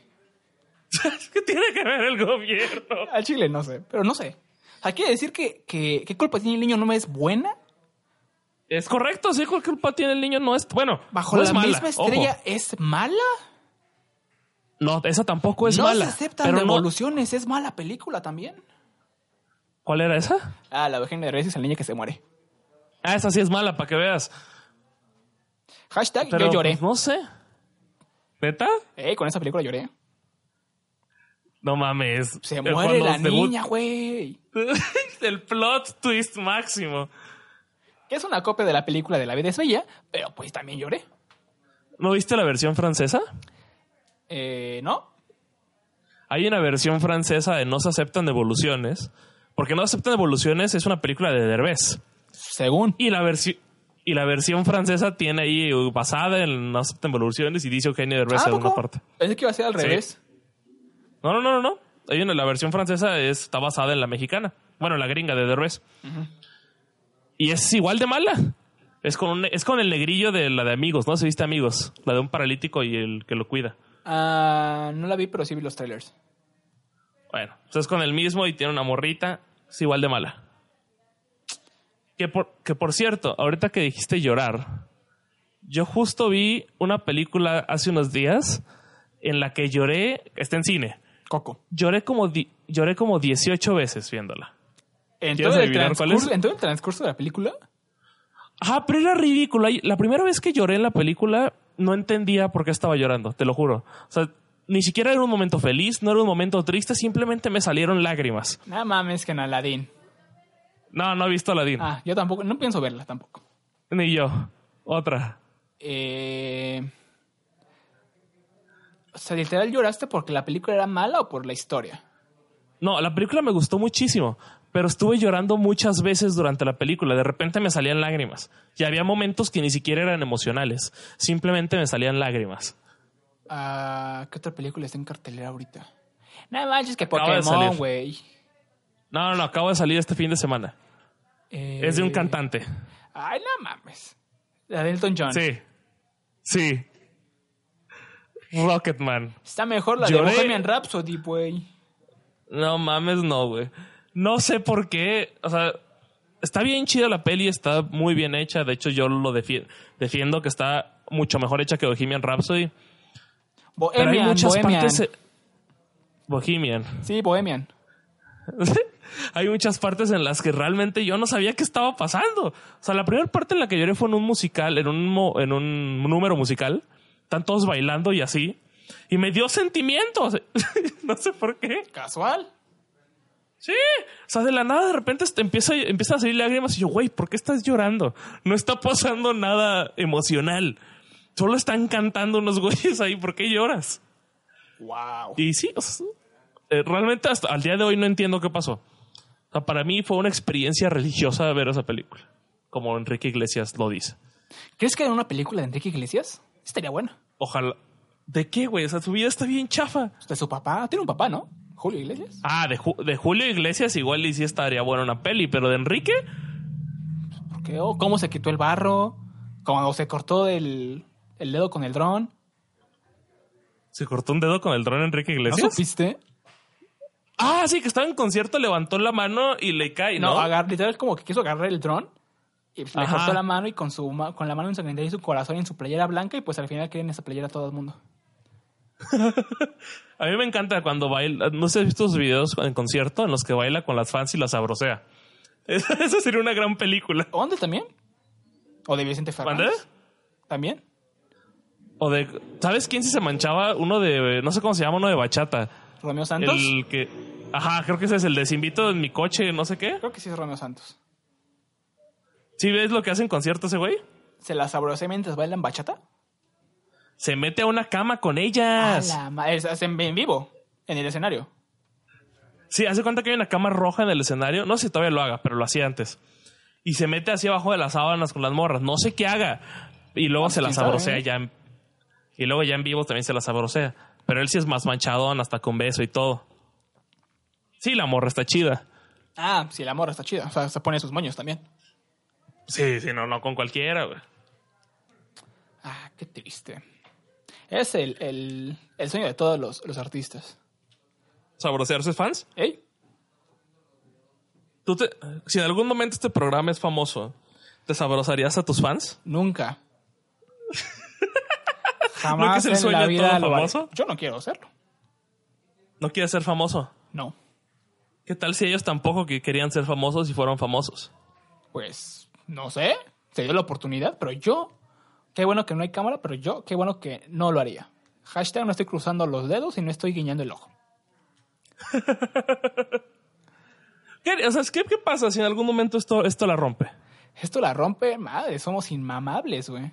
B: ¿Qué tiene que ver el gobierno?
A: Al Chile no sé, pero no sé. O sea, quiere decir que, que ¿qué culpa tiene el niño no me es buena?
B: Es correcto, sí, ¿cuál culpa tiene el niño? No es, bueno,
A: ¿Bajo
B: no
A: la
B: es mala,
A: misma
B: ojo.
A: estrella es mala?
B: No, esa tampoco es
A: no
B: mala.
A: se aceptan
B: pero no-
A: revoluciones, es mala película también.
B: ¿Cuál era esa?
A: Ah, la Virgen de Reyes es el niño que se muere.
B: Ah, esa sí es mala, para que veas.
A: Hashtag
B: Pero
A: yo lloré.
B: pues, no sé. ¿Neta?
A: Ey, con esa película lloré.
B: No mames.
A: Se
B: Eh,
A: muere
B: cuando
A: la
B: debu-
A: niña, güey.
B: el plot twist máximo.
A: Que es una copia de la película de La vida es bella, pero pues también lloré.
B: ¿No viste la versión francesa?
A: Eh, ¿no?
B: Hay una versión francesa de No se aceptan devoluciones. Porque No se aceptan devoluciones es una película de Derbez.
A: Según.
B: Y la versión. Y la versión francesa tiene ahí uh, basada en No se aceptan devoluciones y dice Eugenio Derbez
A: Ah,
B: en una
A: ¿poco?
B: parte.
A: Pensé que iba a ser al
B: Sí.
A: revés.
B: No, no, no, no, no. Hay una- la versión francesa es- está basada en la mexicana. Bueno, la gringa de Derbez. Y es igual de mala. Es con, un- es con el negrillo de la de amigos, ¿no? Se viste amigos. La de un paralítico y el que lo cuida.
A: Ah, no la vi, pero sí vi los trailers.
B: Bueno, pues es con el mismo y tiene una morrita. Es igual de mala. Que por, que por cierto, ahorita que dijiste llorar, yo justo vi una película hace unos días en la que lloré, está en cine,
A: Coco.
B: lloré como, di- lloré como 18 veces viéndola.
A: ¿En
B: ¿Quieres
A: todo, el
B: adivinar cuál es?
A: transcurso- en todo el transcurso de la película,
B: Ajá, pero era ridículo. Y La primera vez que lloré en la película, no entendía por qué estaba llorando, te lo juro. O sea, ni siquiera era un momento feliz, no era un momento triste, simplemente me salieron lágrimas.
A: nada mames que en Aladdin.
B: No, no he visto Aladdin.
A: Ah, yo tampoco, no pienso verla tampoco.
B: Ni yo. Otra.
A: Eh, o sea, literal lloraste porque la película era mala o por la historia.
B: No, la película me gustó muchísimo, pero estuve llorando muchas veces durante la película. De repente me salían lágrimas. Y había momentos que ni siquiera eran emocionales, simplemente me salían lágrimas.
A: Ah, ¿Qué otra película está en cartelera ahorita? Nada manches que
B: Acaba de
A: Pokémon,
B: salir.
A: güey.
B: No, no, no, acabo de salir este fin de semana.
A: Eh,
B: Es de un cantante.
A: Ay, no mames. La de Elton John.
B: Sí. Sí. Rocketman.
A: Está mejor la
B: Lloré.
A: de Bohemian Rhapsody, güey.
B: No mames, no, güey. No sé por qué. O sea, está bien chida la peli, está muy bien hecha. De hecho, yo lo defi- defiendo que está mucho mejor hecha que Bohemian Rhapsody. Pero
A: Bohemian,
B: hay muchas
A: Bohemian.
B: partes. eh. Bohemian.
A: Sí, Bohemian.
B: hay muchas partes en las que realmente yo no sabía qué estaba pasando. O sea, la primera parte en la que lloré fue en un musical, en un, mo- en un número musical. Están todos bailando y así. Y me dio sentimientos. no sé por qué.
A: Casual.
B: Sí. O sea, de la nada de repente te empieza, empiezan a salir lágrimas y yo, güey, ¿por qué estás llorando? No está pasando nada emocional. Solo están cantando unos güeyes ahí. ¿Por qué lloras?
A: Wow.
B: Y sí, o sea, eh, realmente hasta al día de hoy no entiendo qué pasó. O sea, para mí fue una experiencia religiosa ver esa película, como Enrique Iglesias lo dice.
A: ¿Crees que era una película de Enrique Iglesias? Estaría buena.
B: Ojalá. ¿De qué, güey? O sea, su vida está bien chafa.
A: De su papá. Tiene un papá, ¿no? Julio Iglesias.
B: Ah, de, Ju- de Julio Iglesias igual y sí estaría buena una peli, pero de Enrique,
A: ¿Por qué? ¿O ¿Cómo se quitó el barro? ¿Cómo se cortó el, el dedo con el dron?
B: se cortó un dedo con el dron Enrique
A: ¿No
B: Iglesias.
A: supiste?
B: Ah, sí, que estaba en concierto, levantó la mano y le cae,
A: No,
B: ¿no?
A: agar- literal como que quiso agarrar el dron y pues, le
B: Ajá.
A: cortó la mano y con su ma- con la mano ensangrentada y su corazón en su playera blanca y pues al final quieren esa playera a todo el mundo.
B: A mí me encanta cuando baila. No sé si has visto sus videos en concierto en los que baila con las fans y las abrocea. Esa sería una gran película.
A: ¿Dónde también? ¿O de Vicente Fernández?
B: ¿Mandé?
A: ¿También?
B: O de. ¿Sabes quién si se manchaba? Uno de. No sé cómo se llama, uno de bachata.
A: ¿Romeo Santos?
B: El que. Ajá, creo que ese es el de "Se invito en mi coche, no sé qué.
A: Creo que sí es Romeo Santos.
B: ¿Sí ves lo que hace en concierto ese güey?
A: ¿Se las sabrosé mientras bailan bachata?
B: Se mete a una cama con
A: Ah,
B: ellas.
A: la ma- es- es en, en vivo, en el escenario.
B: Sí, hace cuenta que hay una cama roja en el escenario. No sé si todavía lo haga, pero lo hacía antes. y se mete así abajo de las sábanas con las morras. No sé qué haga. Y luego
A: Ah,
B: se las
A: quién sabe,
B: sabrosea
A: ¿eh?
B: ya. en- y luego ya en vivo también se las sabrosea. Pero él sí es más manchadón, hasta con beso y todo. Sí, la morra está chida.
A: Ah, sí, la morra está chida. O sea, se pone sus moños también.
B: Sí, sí, no, no con cualquiera, güey.
A: Ah, qué triste. Es el, el, el sueño de todos los, los artistas.
B: ¿Sabrosearse fans?
A: ¿Ey?
B: ¿Tú te- si en algún momento este programa es famoso, ¿te sabrosarías a tus fans?
A: Nunca.
B: ¿No que
A: Jamás
B: es el
A: en
B: sueño
A: la
B: de
A: vida
B: todo
A: lo haré.
B: famoso?
A: Yo no quiero hacerlo.
B: ¿No quieres ser famoso?
A: No.
B: ¿Qué tal si ellos tampoco que querían ser famosos y fueron famosos?
A: Pues no sé. Se dio la oportunidad, pero yo. Qué bueno que no hay cámara, pero yo, qué bueno que no lo haría. Hashtag no estoy cruzando los dedos y no estoy guiñando el ojo.
B: ¿Qué, o sea, ¿qué, qué pasa si en algún momento esto, esto la rompe?
A: Esto la rompe, madre, somos inmamables, güey.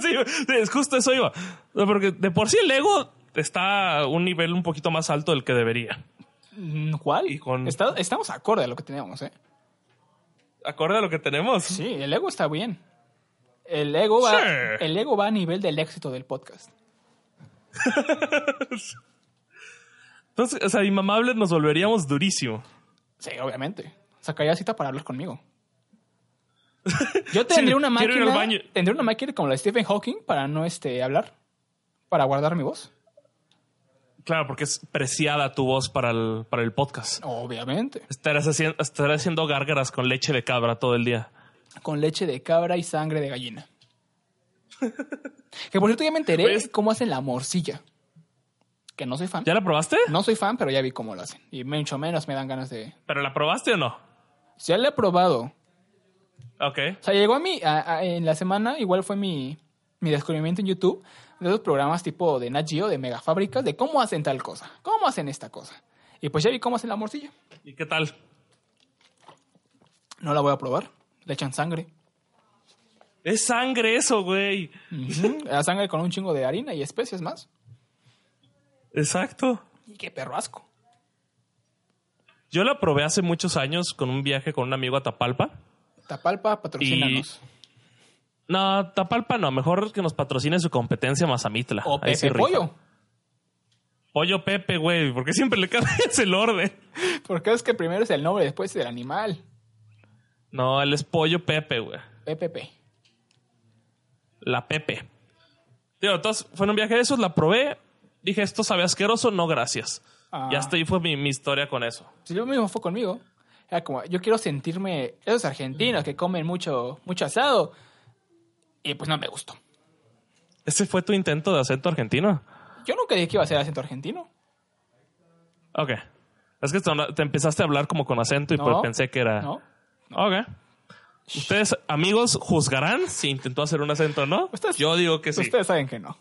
B: sí, es justo eso iba. Porque de por sí el ego está a un nivel un poquito más alto del que debería.
A: Mm, ¿Cuál?
B: Y con-
A: Está- estamos acorde a lo que teníamos, ¿eh?
B: Acorde a lo que tenemos.
A: Sí, el ego está bien. El ego va,
B: Sí.
A: el ego va a nivel del éxito del podcast.
B: Entonces, o sea, inmamables nos volveríamos durísimo.
A: Sí, obviamente. Sacaría cita para hablar conmigo. Yo tendría
B: Sí,
A: una
B: quiero ir al
A: máquina.
B: baño.
A: Tendría una máquina como la de Stephen Hawking para no este hablar. Para guardar mi voz.
B: Claro, porque es preciada tu voz para el, para el podcast.
A: Obviamente.
B: Estarás haciendo, estarás haciendo gárgaras con leche de cabra todo el día.
A: Con leche de cabra y sangre de gallina. que por cierto ya me enteré
B: Oye, es-
A: cómo hacen la morcilla. Que no soy fan.
B: Pues, ¿Ya la probaste?
A: No soy fan, pero ya vi cómo lo hacen. Y mucho menos me dan ganas de.
B: ¿Pero la probaste o no?
A: Ya le he probado.
B: Ok.
A: O sea, llegó a mí a- a- en la semana, igual fue mi, mi descubrimiento en YouTube, de esos programas tipo de Nat Geo, de megafábricas, de cómo hacen tal cosa, cómo hacen esta cosa. Y pues ya vi cómo hacen la morcilla.
B: ¿Y qué tal?
A: No la voy a probar. Le echan sangre.
B: Es sangre eso, güey.
A: Ujú, La sangre con un chingo de harina y especias más.
B: Exacto.
A: Y qué perro asco.
B: Yo la probé hace muchos años con un viaje con un amigo a Tapalpa.
A: Tapalpa, patrocínanos.
B: No, Tapalpa no. Mejor que nos patrocine su competencia Mazamitla.
A: O
B: Ahí sí
A: Pepe
B: rifa.
A: Pollo.
B: Pollo Pepe, güey. Porque siempre le cambias el orden.
A: Porque es que primero es el nombre, después es el animal.
B: No, él es Pollo Pepe, güey.
A: PPP.
B: La Pepe. Digo, entonces fue en un viaje de esos, la probé. Dije, esto sabe asqueroso, no gracias.
A: Ah.
B: Y hasta ahí fue mi, mi historia con eso.
A: Si lo mismo fue conmigo. Era como, yo quiero sentirme esos argentinos que comen mucho, mucho asado. Y pues no me gustó.
B: ¿Ese fue tu intento de acento argentino?
A: Yo nunca dije que iba a ser acento argentino.
B: Ok. Es que te, te empezaste a hablar como con acento y
A: No.
B: pues pensé que era...
A: ¿No?
B: Ok. Ustedes, amigos, juzgarán si intentó hacer un acento o no.
A: Ustedes-
B: Yo digo que sí.
A: Ustedes saben que no.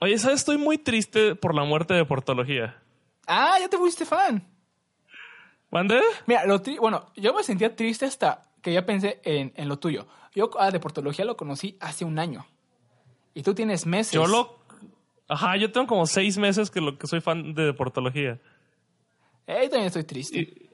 B: Oye, ¿sabes? Estoy muy triste por la muerte de Portología.
A: Ah, ya te fuiste fan.
B: ¿Mande?
A: Mira, lo tri- bueno, yo me sentía triste hasta que ya pensé en, en lo tuyo. Yo a Deportología lo conocí hace un año. Y tú tienes meses.
B: Yo lo... Ajá, yo tengo como seis meses que, lo, que soy fan de Portología.
A: Eh, yo también estoy triste.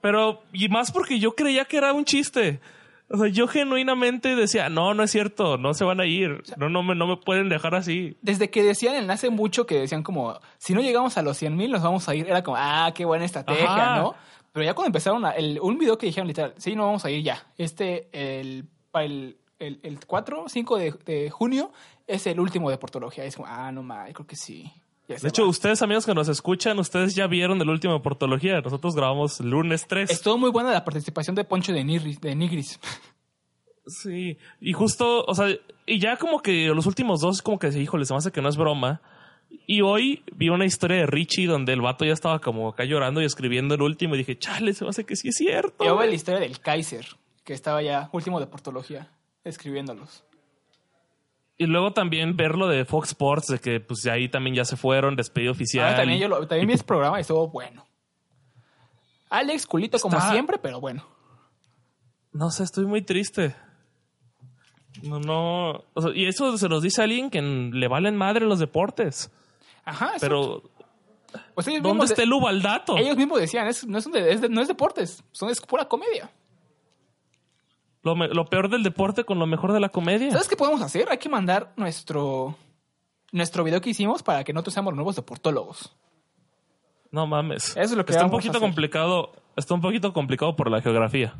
B: Pero, y más porque yo creía que era un chiste. O sea, yo genuinamente decía, no, no es cierto, no se van a ir, no, no, me, no me pueden dejar así.
A: Desde que decían en hace mucho que decían como, si no llegamos a los 100 mil nos vamos a ir, era como, ah, qué buena estrategia,
B: Ajá.
A: ¿no? Pero ya cuando empezaron a- el, un video que dijeron literal, sí, no vamos a ir ya. Este, el, para el, el, el 4, 5 de, de junio es el último de Portología. Es como, ah, no mames, creo que sí. Ya se
B: De hecho,
A: va.
B: ustedes amigos que nos escuchan, ustedes ya vieron el último de Portología. Nosotros grabamos lunes 3.
A: estuvo muy buena la participación de Poncho de Nigris. De Nigris.
B: Sí, y justo, o sea, y ya como que los últimos dos, como que dije, híjole, se me hace que no es broma. Y hoy vi una historia de Richie donde el vato ya estaba como acá llorando y escribiendo el último y dije, chale, se me hace que sí es cierto.
A: Yo veo la historia del Kaiser, que estaba ya último de Portología, escribiéndolos.
B: Y luego también ver lo de Fox Sports, de que pues de ahí también ya se fueron, despedido oficial.
A: Ah, también yo lo- también vi ese programa y estuvo bueno. Alex Culito como
B: Está-
A: siempre, pero bueno.
B: No sé, estoy muy triste. No, no. o sea, y eso se los dice alguien que n- le valen madre los deportes.
A: Ajá, eso-
B: Pero
A: Pues ellos
B: ¿Dónde
A: mismos
B: está
A: de-
B: el Ubaldato?
A: Ellos mismos decían, es- no, es un de- es de- no es deportes, son, es pura comedia.
B: Lo, me- lo peor del deporte con lo mejor de la comedia.
A: ¿Sabes qué podemos hacer? Hay que mandar nuestro, nuestro video que hicimos para que nosotros seamos los nuevos deportólogos.
B: No mames.
A: Eso es lo que
B: está un
A: vamos a
B: poquito
A: hacer.
B: complicado. Está un poquito complicado por la geografía.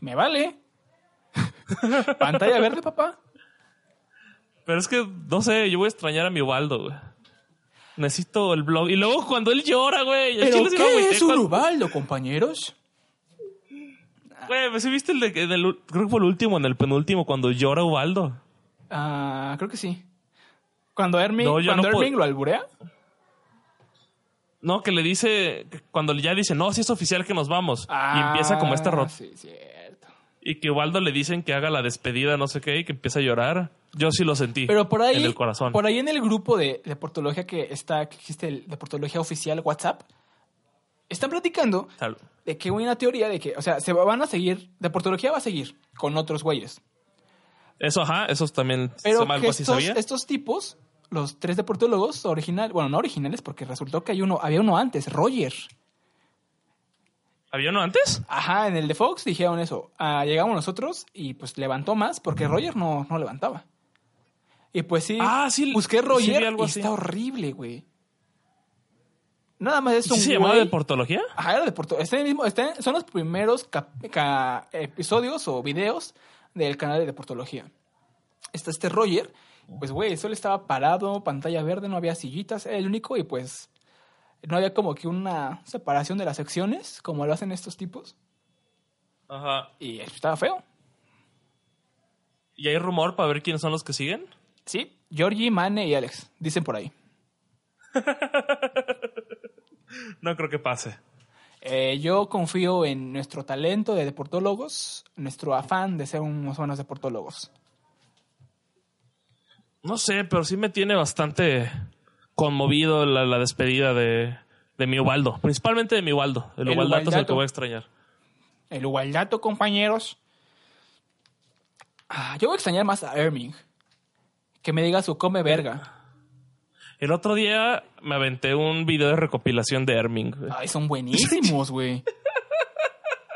A: Me vale. Pantalla verde, papá.
B: Pero es que, no sé, yo voy a extrañar a mi Ubaldo, güey. Necesito el blog. Y luego cuando él llora, güey. el
A: ¿Pero
B: chile sí me
A: qué
B: agüité
A: es
B: cuando-
A: Urubaldo, compañeros?
B: Güey, pues sí viste el de, en el- creo que fue el último, en el penúltimo, cuando llora Ubaldo.
A: Ah, creo que sí. Cuando Erming,
B: No, yo
A: cuando
B: no puedo-
A: Erming lo alburea.
B: No, que le dice, que cuando ya dice, no, si es oficial que nos vamos. y
A: Ah,
B: empieza como este rot.
A: Sí, cierto.
B: Y que Ubaldo le dicen que haga la despedida, no sé qué, y que empieza a llorar. Yo sí lo sentí.
A: Pero por ahí,
B: En el corazón.
A: por ahí en el grupo de deportología que está, que existe el deportología oficial WhatsApp, están platicando
B: Tal-
A: de que hay una teoría de que, o sea, se van a seguir, deportología va a seguir con otros güeyes.
B: Eso, ajá, eso también
A: Pero
B: se- algo
A: que
B: así
A: estos,
B: sabía.
A: estos tipos, los tres deportólogos originales, bueno, no originales, porque resultó que hay uno, había uno antes, Roger.
B: ¿Había uno antes?
A: Ajá, en el de Fox dijeron eso. Ah, llegamos nosotros y pues levantó más porque Roger no, no levantaba. Y pues sí,
B: Mm. Ah, sí,
A: busqué
B: sí
A: Roger
B: vi algo
A: y
B: así.
A: está horrible, güey. Nada más
B: ¿Y
A: es
B: sí
A: un
B: se llamaba
A: güey-
B: deportología?
A: Ajá, era de Porto- Está en el mismo, está en- son los primeros cap- ca- episodios o videos del canal de Deportología. Está este Roger, pues güey, solo estaba parado, pantalla verde, no había sillitas, era el único y pues no había como que una separación de las secciones como lo hacen estos tipos
B: Ajá.
A: y estaba feo.
B: ¿Y hay rumor para ver quiénes son los que siguen?
A: Sí, Georgie, Mane y Alex, dicen por ahí.
B: No creo que pase.
A: Eh, yo confío en nuestro talento de deportólogos, nuestro afán de ser unos buenos deportólogos.
B: No sé, pero sí me tiene bastante conmovido la, la despedida de, de mi Ubaldo. Principalmente de mi Ubaldo. El,
A: El
B: Ubaldato es el que
A: Ubaldato.
B: voy a extrañar.
A: El igualdato, compañeros. Ah, yo voy a extrañar más a Erming. Que me diga su come verga.
B: El otro día me aventé un video de recopilación de Erming. güey.
A: Ay, son buenísimos, güey.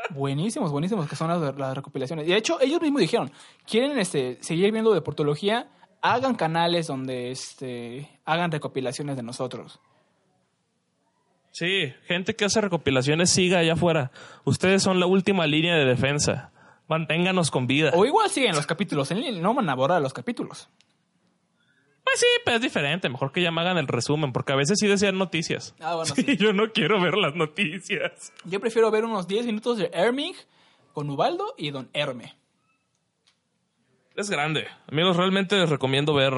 A: buenísimos, buenísimos que son las, las recopilaciones. Y de hecho, ellos mismos dijeron, quieren este, seguir viendo deportología, hagan canales donde este, hagan recopilaciones de nosotros.
B: Sí, gente que hace recopilaciones siga allá afuera. Ustedes son la última línea de defensa. Manténganos con vida.
A: O igual siguen los capítulos en línea, no van a borrar los capítulos.
B: Pues sí, pero es diferente. Mejor que ya me hagan el resumen, porque a veces sí desean noticias.
A: Ah, bueno, sí.
B: Y yo no quiero ver las noticias.
A: Yo prefiero ver unos 10 minutos de Erming con Ubaldo y Don Herme.
B: Es grande. Amigos, realmente les recomiendo ver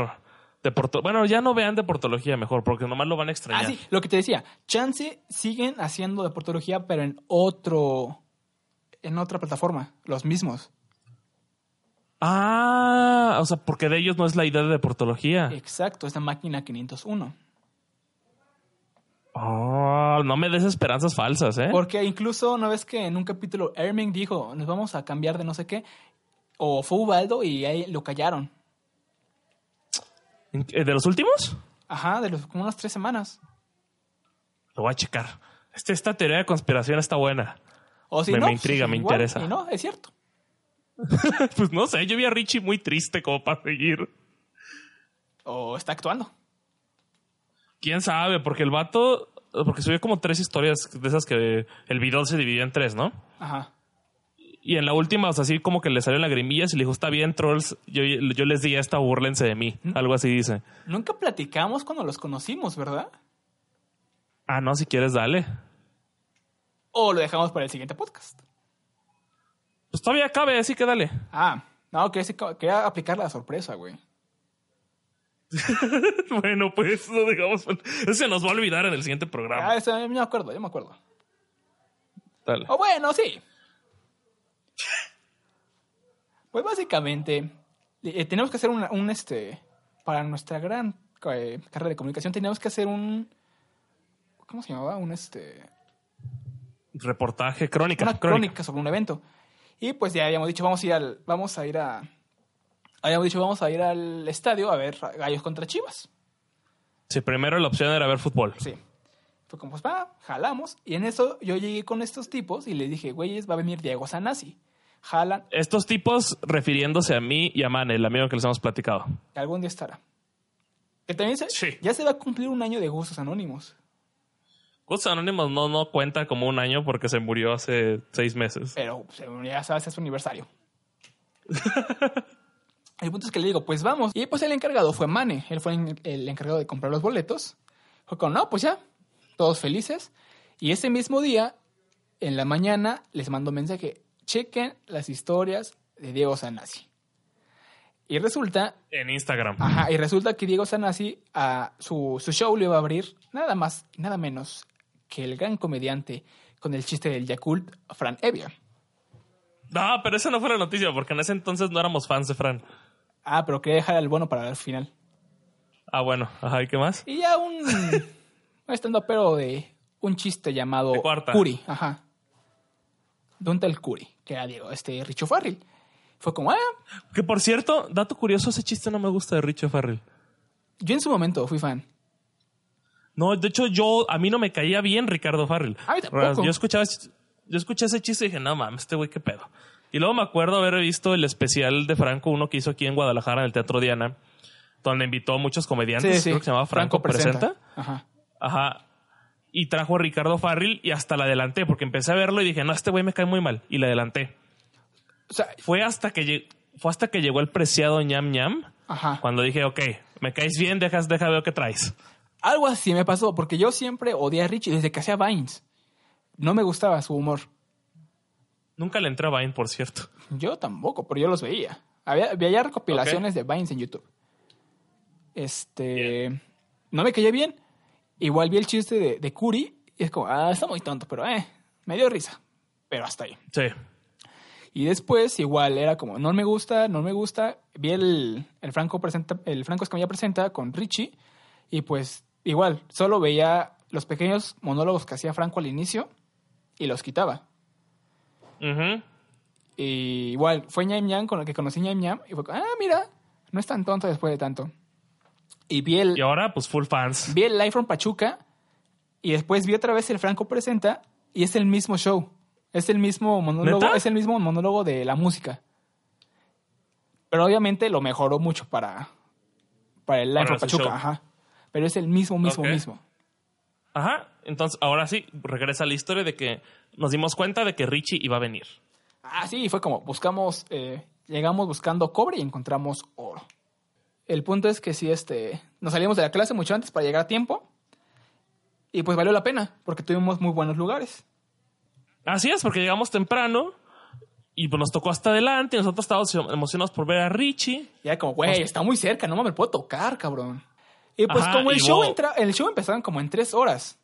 B: deporto. Bueno, ya no vean deportología mejor, porque nomás lo van a extrañar.
A: Ah, sí, lo que te decía, Chance siguen haciendo deportología, pero en otro, en otra plataforma, los mismos.
B: Ah, o sea, porque de ellos no es la idea de deportología.
A: Exacto, esta máquina 501.
B: Oh, no me des esperanzas falsas, ¿eh?
A: Porque incluso una vez que en un capítulo Erming dijo, nos vamos a cambiar de no sé qué, o fue Ubaldo y ahí lo callaron.
B: ¿Eh, ¿De los últimos?
A: Ajá, de los, como unas tres semanas.
B: Lo voy a checar. Este- esta teoría de conspiración está buena.
A: O si
B: Me-
A: no,
B: me intriga, me
A: igual,
B: interesa.
A: Y no, es cierto.
B: pues no sé, yo vi a Richie muy triste como para seguir.
A: O está actuando.
B: ¿Quién sabe? Porque el vato... Porque subió como tres historias de esas que el video se dividió en tres, ¿no?
A: Ajá.
B: Y en la última, o sea, así como que le salió lagrimillas y le dijo, está bien, trolls, yo, yo les di esta, burlense de mí. Algo así dice.
A: Nunca platicamos cuando los conocimos, ¿verdad?
B: Ah, no, si quieres, dale.
A: O lo dejamos para el siguiente podcast.
B: Pues todavía cabe, así que dale.
A: Ah, no, quería, decir- quería aplicar la sorpresa, güey.
B: bueno, pues no digamos, eso se nos va a olvidar en el siguiente
A: Ah,
B: programa.
A: eso, yo me acuerdo, yo me acuerdo.
B: Dale.
A: O bueno, sí. Pues básicamente, eh, tenemos que hacer una- un, este, para nuestra gran eh, carrera de comunicación, teníamos que hacer un, ¿cómo se llamaba? Un, este,
B: Reportaje, crónica.
A: una
B: crónica.
A: crónica sobre un evento. Y pues ya habíamos dicho, vamos a ir al, vamos a ir a, habíamos dicho, vamos a ir al estadio a ver a Gallos contra Chivas.
B: Sí, primero la opción era ver fútbol.
A: Sí. Fue como, pues va, jalamos. Y en eso yo llegué con estos tipos y les dije, güeyes, va a venir Diego Sanasi. Jalan,
B: Estos tipos refiriéndose a mí y a Mane, el amigo que les hemos platicado.
A: que algún día estará. Que también se-
B: Sí.
A: ya se va a cumplir un año de gustos anónimos.
B: Gustos Anónimos no, no cuenta como un año porque se murió hace seis meses.
A: Pero pues, ya sabes, es su aniversario. el punto es que le digo, pues vamos. Y pues el encargado fue Mane. Él fue en- el encargado de comprar los boletos. Fue con, no, pues ya. Todos felices. Y ese mismo día, en la mañana, les mandó mensaje. Chequen las historias de Diego Sanasi. Y resulta
B: En Instagram.
A: Ajá, y resulta que Diego Sanasi a su, su show le va a abrir nada más y nada menos que el gran comediante con el chiste del Yakult, Fran Evia.
B: No, pero esa no fue la noticia porque en ese entonces no éramos fans de Fran.
A: Ah, pero quería dejar al bueno para el final.
B: Ah, bueno. Ajá, ¿y qué más?
A: Y ya un, un estando pero de un chiste llamado
B: De cuarta.
A: Curi, ajá. De un tal Curi, que era Diego, este Richo Farrell. Fue como, ah,
B: Que por cierto, dato curioso, ese chiste no me gusta de Richo Farrell.
A: yo en su momento fui fan.
B: No, de hecho, yo, a mí no me caía bien Ricardo Farrell.
A: A mí tampoco.
B: Yo escuchaba, yo escuché ese chiste y dije, no mames, este güey, qué pedo. Y luego me acuerdo haber visto el especial de Franco, uno que hizo aquí en Guadalajara, en el Teatro Diana, donde invitó a muchos comediantes, creo que se llamaba Franco, Presenta.
A: Ajá.
B: Ajá. Y trajo a Ricardo Farrell y hasta la adelanté, porque empecé a verlo y dije, no, este güey me cae muy mal. Y la adelanté.
A: O sea,
B: Fue hasta que, lle- fue hasta que llegó el preciado ñam ñam,
A: ajá.
B: cuando dije, ok, me caes bien, dejas, deja veo qué traes.
A: Algo así me pasó, porque yo siempre odié a Richie desde que hacía Vines. No me gustaba su humor.
B: Nunca le entraba a Vine, por cierto.
A: Yo tampoco, pero yo los veía. Había, había ya recopilaciones de Vines en YouTube. Este. No me caía bien. Igual vi el chiste de, de Curi y es como, ah, está muy tonto, pero eh, me dio risa. Pero hasta ahí.
B: Sí.
A: Y después, igual, era como, no me gusta, no me gusta. Vi el, el Franco presenta, el Franco Escamilla presenta con Richie. Y pues, igual, solo veía los pequeños monólogos que hacía Franco al inicio y los quitaba.
B: Ujú.
A: Y igual, fue Ñam Ñam con el que conocí Ñam Ñam. Y fue, como, ah, mira, no es tan tonto después de tanto. Y vi el,
B: Y ahora, pues, full fans.
A: vi el Live from Pachuca. Y después vi otra vez el Franco presenta. Y es el mismo show. Es el mismo monólogo.
B: ¿Neta?
A: Es el mismo monólogo de la música. Pero obviamente lo mejoró mucho para, para el Live
B: Para
A: from
B: su
A: Pachuca.
B: show.
A: Ajá. Pero es el mismo, mismo,
B: Ok.
A: mismo.
B: Ajá. Entonces, ahora sí, regresa la historia de que nos dimos cuenta de que Richie iba a venir.
A: Ah, sí, fue como buscamos, eh, llegamos buscando cobre y encontramos oro. El punto es que sí, este, nos salimos de la clase mucho antes para llegar a tiempo. Y pues valió la pena, porque tuvimos muy buenos lugares.
B: Así es, porque llegamos temprano y pues, nos tocó hasta adelante. Y nosotros estábamos emocionados por ver a Richie.
A: Y era como, güey, está muy cerca, no mames, puedo tocar, cabrón. Y pues
B: Pues- Ajá,
A: como el
B: y
A: show,
B: luego-
A: entra, el show empezaron como en tres horas.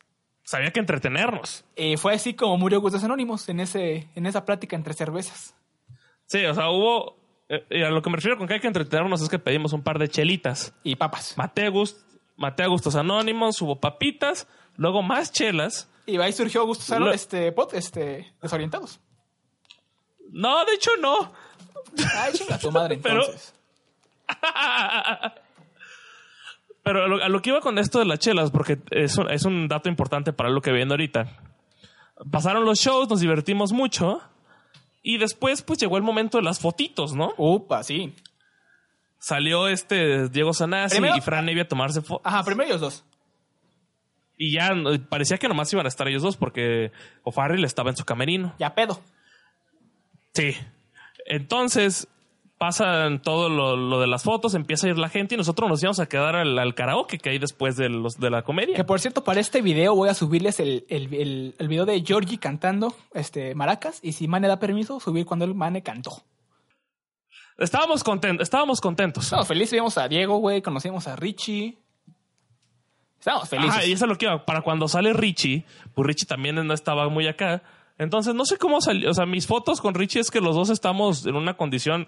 B: Sabía que entretenernos.
A: Eh, fue así como murió Gustos Anónimos en, ese, en esa plática entre cervezas.
B: Sí, o sea, hubo. eh, y a lo que me refiero con que hay que entretenernos es que pedimos un par de chelitas.
A: Y papas.
B: Maté, gust, maté a gustos anónimos, hubo papitas, luego más chelas.
A: Y ahí surgió Gustos Anónimos,
B: Lo-
A: este, pod, este, desorientados.
B: No, de hecho, no.
A: Ay, chinga tu madre
B: Pero-
A: entonces.
B: Pero a lo, a lo que iba con esto de las chelas, porque es un, es un dato importante para lo que viene ahorita. Pasaron los shows, nos divertimos mucho. Y después, pues llegó el momento de las fotitos, ¿no?
A: Upa, sí.
B: Salió este Diego Sanasi
A: Primero-
B: y Fran Nevia a tomarse fotos.
A: Ajá, primero ellos dos.
B: Y ya eh, parecía que nomás iban a estar ellos dos porque O'Farrell estaba en su camerino.
A: Ya pedo.
B: Sí. Entonces pasan todo lo, lo de las fotos, empieza a ir la gente y nosotros nos íbamos a quedar al, al karaoke que hay después de, los, de la
A: Que
B: comedia.
A: por cierto, para este video voy a subirles el, el- el- el video de Georgie cantando este, maracas. Y si Mane da permiso, subir cuando el Mane cantó.
B: Estábamos contentos, estábamos contentos.
A: Estamos felices, vimos a Diego, güey, conocimos a Richie. Estamos felices.
B: Ajá, y eso es lo que iba. Para cuando sale Richie, pues Richie también no estaba muy acá. Entonces no sé cómo salió. O sea, mis fotos con Richie es que los dos estamos en una condición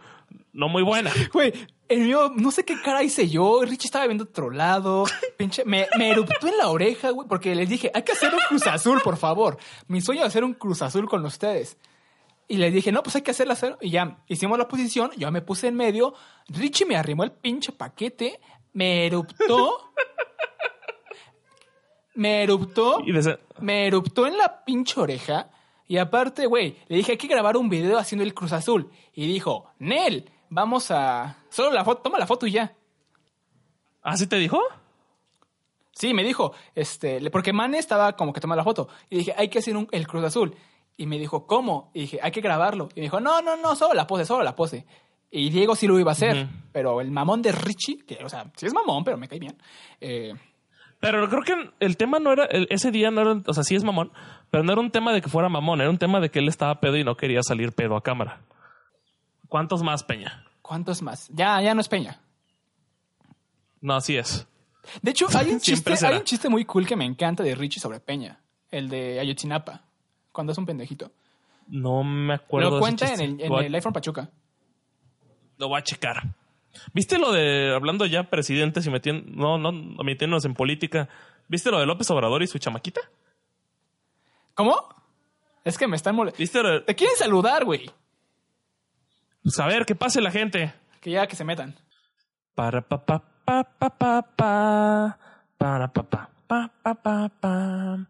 B: no muy buena.
A: Güey, el mío, no sé qué cara hice yo. Richie estaba viendo otro lado. Pinche, me, me eruptó en la oreja, güey, porque les dije, hay que hacer un Cruz Azul, por favor. Mi sueño es hacer un Cruz Azul con ustedes. Y les dije, no, pues hay que hacerla hacer. Y ya hicimos la posición, yo me puse en medio. Richie me arrimó el pinche paquete, me eruptó. me eruptó.
B: Y dese-
A: Me eruptó en la pinche oreja. Y aparte, güey, le dije, hay que grabar un video haciendo el Cruz Azul. Y dijo, Nel, vamos a... Solo la foto, toma la foto y ya.
B: ¿Así ¿Ah, te dijo?
A: Sí, me dijo, este, le- porque Mane estaba como que tomando la foto. Y dije, hay que hacer un- el Cruz Azul. Y me dijo, ¿cómo? Y dije, hay que grabarlo. Y me dijo, no, no, no, solo la pose, solo la pose. Y Diego sí lo iba a hacer,
B: Ujú.
A: pero el mamón de Richie, que, o sea, sí es mamón, pero me cae bien. eh,
B: Pero creo que el tema no era, el- ese día no era, o sea, sí es mamón, pero no era un tema de que fuera mamón, era un tema de que él estaba pedo y no quería salir pedo a cámara. ¿Cuántos más, Peña?
A: ¿Cuántos más? Ya, ya no es Peña.
B: No, así es.
A: De hecho, hay un,
B: Siempre
A: chiste,
B: será.
A: hay un chiste muy cool que me encanta de Richie sobre Peña, el de Ayotzinapa, cuando es un pendejito.
B: No me acuerdo. de
A: lo
B: ese
A: cuenta en
B: chiste.
A: el, en
B: Lo voy a-
A: el iPhone Pachuca.
B: Lo voy a checar. ¿Viste lo de, hablando ya presidentes y metiendo, no, no, metiéndonos en política, ¿viste lo de López Obrador y su chamaquita?
A: ¿Cómo? Es que me están molestando.
B: ¿Viste lo de,
A: Te quieren saludar, güey.
B: pues, a ver, que pase la gente?
A: Que ya que se metan.
B: Para pa pa pa pa pa pa para pa pa pa pa pa pa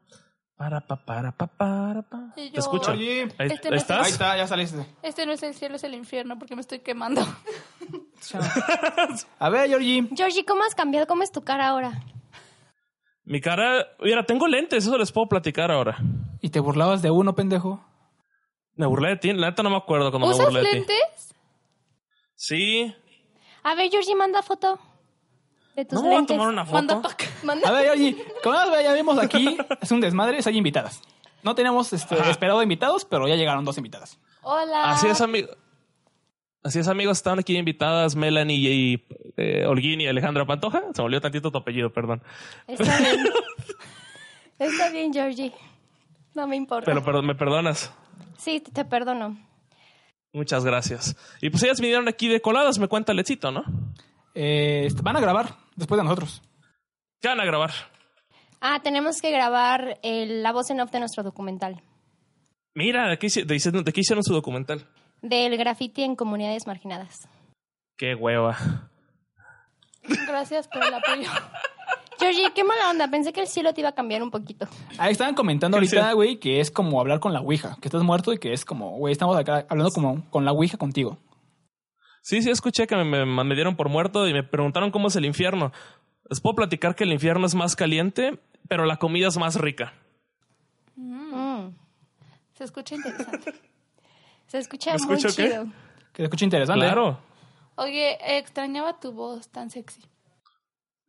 B: para pa para pa para pa.
C: Y
B: Te
C: yo-
B: escucho. Ahí,
A: Oye,
B: ahí
C: Este no es-
A: ahí
B: estás.
A: está, ya saliste.
C: Este no es el cielo, es el infierno porque me estoy quemando.
A: A ver, Georgie.
D: Georgie, ¿cómo has cambiado? ¿Cómo es tu cara ahora?
B: Mi cara, mira, tengo lentes, eso les puedo platicar ahora.
A: ¿Y te burlabas de uno, pendejo?
B: Me burlé de ti, la neta no me acuerdo cuando me
D: ¿Usas
B: burlé de ti.
D: lentes?
B: Sí.
D: A ver, Georgie, manda foto de tus
B: No me voy a
D: lentes.
B: tomar una
C: Manda
B: foto.
C: paca.
D: Manda-
A: A ver, Georgie. Como ya vimos aquí, es un desmadre, hay invitadas. No tenemos este,
B: Ajá.
A: esperado invitados, pero ya llegaron dos invitadas.
D: Hola.
B: Así es, amigo. Así es, amigos, están aquí invitadas Melanie y eh, Holguín y Alejandra Pantoja. Se me olvidó tantito tu apellido, perdón.
D: Está bien. Está bien, Georgie. No me importa.
B: Pero perdón, me perdonas.
D: Sí, te, te perdono.
B: Muchas gracias. Y pues ellas vinieron aquí de coladas, me cuenta Lecito, ¿no?
A: Eh, este, van a grabar después de nosotros.
B: ¿Qué van a grabar?
D: Ah, tenemos que grabar el- la voz en off de nuestro documental.
B: Mira, ¿de qué, hici- de hici- de qué hicieron su documental?
D: Del graffiti en comunidades marginadas.
B: Qué hueva.
C: Gracias por el apoyo.
D: Georgie, qué mala onda. Pensé que el cielo te iba a cambiar un poquito.
A: Ahí estaban comentando
B: Sí.
A: ahorita, güey, que es como hablar con la Ouija, que estás muerto y que es como, güey, estamos acá hablando como con la Ouija contigo.
B: Sí, sí, escuché que me, me- me dieron por muerto y me preguntaron cómo es el infierno. Les puedo platicar que el infierno es más caliente, pero la comida es más rica.
D: Mm.
C: Se escucha interesante.
D: Se escucha
B: ¿Me
D: muy
B: escucho qué?
D: chido.
A: Que se escucha interesante. ¿eh?
B: Claro.
C: Oye, extrañaba tu voz tan sexy.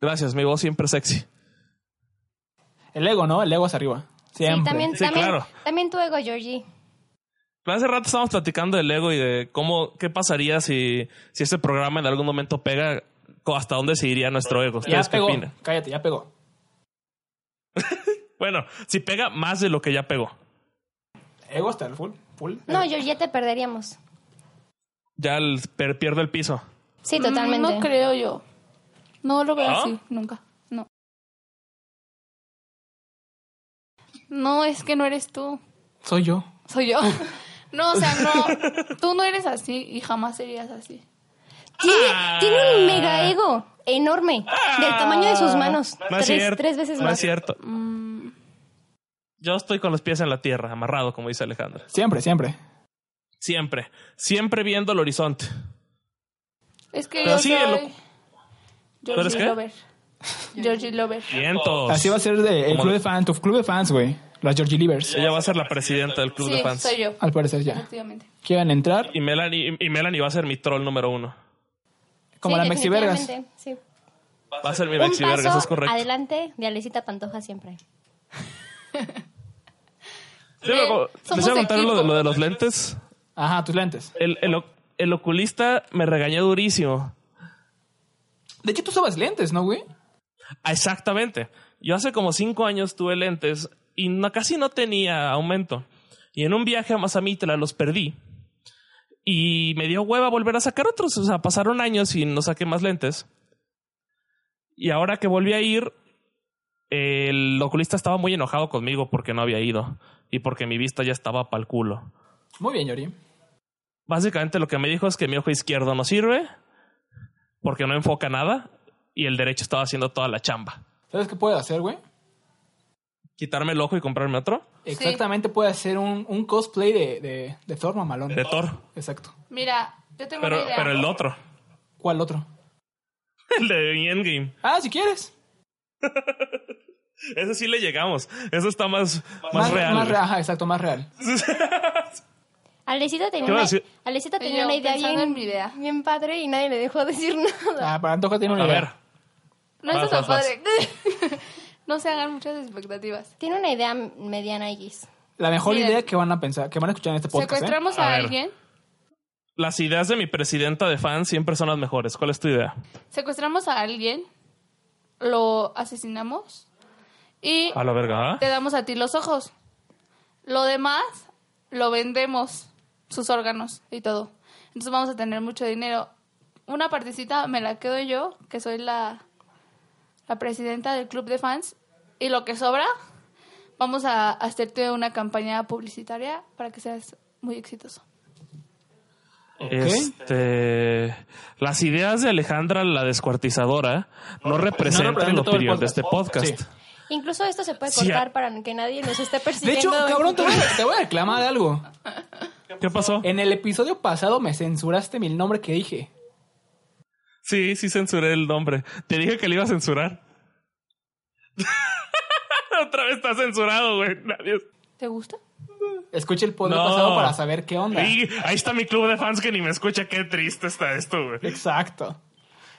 B: Gracias, mi voz siempre es sexy.
A: El ego, ¿no? El ego hacia arriba. Siempre.
D: Sí, también,
B: Sí,
D: también,
B: claro.
D: también tu ego, Georgie.
B: Pero hace rato estábamos platicando del ego y de cómo, qué pasaría si, si este programa en algún momento pega, co- hasta dónde se iría nuestro ego.
A: Ya
B: ¿Ustedes qué
A: pegó.
B: opinan?
A: Cállate, ya pegó.
B: Bueno, si pega más de lo que ya pegó.
A: Ego hasta el full. full
D: No,
A: ego.
D: Georgie, ya te perderíamos.
B: Ya el- per- pierdo el piso.
D: Sí,
C: Mm,
D: totalmente.
C: No creo yo. No lo veo
B: ¿Ah?
C: así, nunca. No. No, es que no eres tú.
A: Soy yo.
C: Soy yo. No, o sea, no. Tú no eres así y jamás serías así.
D: Tiene,
B: Ah.
D: tiene un mega ego enorme, del tamaño de
A: Ah.
D: sus manos.
B: No es
D: tres,
B: cierto.
D: tres veces
B: No es
D: más.
B: cierto.
C: Mm,
B: Yo estoy con los pies en la tierra, amarrado, como dice Alejandra.
A: Siempre, siempre.
B: Siempre. Siempre viendo el horizonte.
C: es que
B: Pero
C: yo
B: sí,
C: soy.
B: ¿Tú eres
C: Georgie
B: qué?
C: Lover. Georgie Lover.
B: Vientos.
A: Así va a ser de, el club
B: Como Pues, lo-
A: de fans, tu club de fans, güey. Las Georgie Livers.
B: Ella va a ser la presidenta del club
C: Sí,
B: de fans.
C: soy yo,
A: Al parecer Ah, ya.
C: efectivamente.
A: Quieren entrar
B: Y Melanie, y Melanie va a ser mi troll número uno.
A: como
D: Sí,
A: las Mexivergas.
D: definitivamente, sí.
B: Va a ser mi
D: Un
B: Bexiverga, eso
D: paso
B: es correcto.
D: adelante de Alecita Pantoja siempre.
B: Les voy a co-
C: Eh, Somos
B: les voy a contar lo de,
C: equipo.
B: lo de los lentes.
A: Ajá, tus lentes.
B: El, el o- el oculista me regañó durísimo.
A: De hecho, tú usabas lentes, ¿no, güey?
B: Ah, Exactamente. Yo hace como cinco años tuve lentes y no- casi no tenía aumento. Y en un viaje a Mazamitla los perdí. Y me dio hueva volver a sacar otros. O sea, pasaron años y no saqué más lentes. Y ahora que volví a ir, el oculista estaba muy enojado conmigo porque no había ido. Y porque mi vista ya estaba pa'l culo.
A: Muy bien, Georgie.
B: Básicamente lo que me dijo es que mi ojo izquierdo no sirve porque no enfoca nada y el derecho estaba haciendo toda la chamba.
A: ¿Sabes qué puedes hacer, güey?
B: quitarme el ojo y comprarme otro.
A: Exactamente, puede hacer un, un cosplay de, de, de Thor mamalón.
B: De Thor.
A: Exacto.
C: Mira, yo tengo
B: Pero,
C: una idea.
B: pero el otro.
A: ¿Cuál otro?
B: El de Endgame.
A: Ah, si quieres.
B: Ese sí le llegamos. Ese está más, más, real.
A: Más, re- ajá, exacto, más real.
D: Alecito tenía,
B: ¿Qué va a
D: una,
B: decir?
D: Alecito
C: Y
D: tenía
C: yo
D: una idea
C: pensando
D: bien,
C: en mi idea.
D: bien padre y nadie le dejó decir nada.
A: Ah, para antojo tiene una
B: A
A: idea.
B: ver.
C: No eso
B: Vas,
C: está tan
B: vas, vas.
C: padre. no se hagan muchas expectativas.
D: Tiene una idea mediana X.
A: La mejor
C: Miren.
A: idea que van a pensar, que van a escuchar en este podcast. ¿eh?
C: Secuestramos
B: A
C: a,
B: ver.
C: alguien.
B: Las ideas de mi presidenta de fans siempre son las mejores. ¿Cuál es tu idea?
C: Secuestramos a alguien. Lo asesinamos. Y
B: A la verga. ¿ah?
C: te damos a ti los ojos. Lo demás lo vendemos, sus órganos y todo. Entonces vamos a tener mucho dinero. Una partecita me la quedo yo, que soy la, la presidenta del club de fans. Y lo que sobra, vamos a hacerte una campaña publicitaria para que seas muy exitoso.
B: Este, las ideas de Alejandra la descuartizadora no representan
A: representa
B: la
A: todo el
B: opinión de este
A: podcast.
B: podcast.
A: Sí.
D: Incluso esto se puede
B: Sí, ah.
D: cortar
B: a-
D: para que nadie nos esté
A: De
D: persiguiendo.
A: hecho, cabrón, te voy, a, te voy a reclamar algo.
B: ¿Qué pasó?
A: En el episodio pasado me censuraste mi nombre que dije.
B: Sí, sí censuré el nombre. Te dije que le iba a censurar. Otra vez está censurado, güey. Nadie-
C: ¿Te gusta?
A: Escuche el podcast
B: No.
A: pasado para saber qué onda.
B: Ahí, ahí está mi club de fans que ni me escucha. Qué triste está esto, güey.
A: Exacto.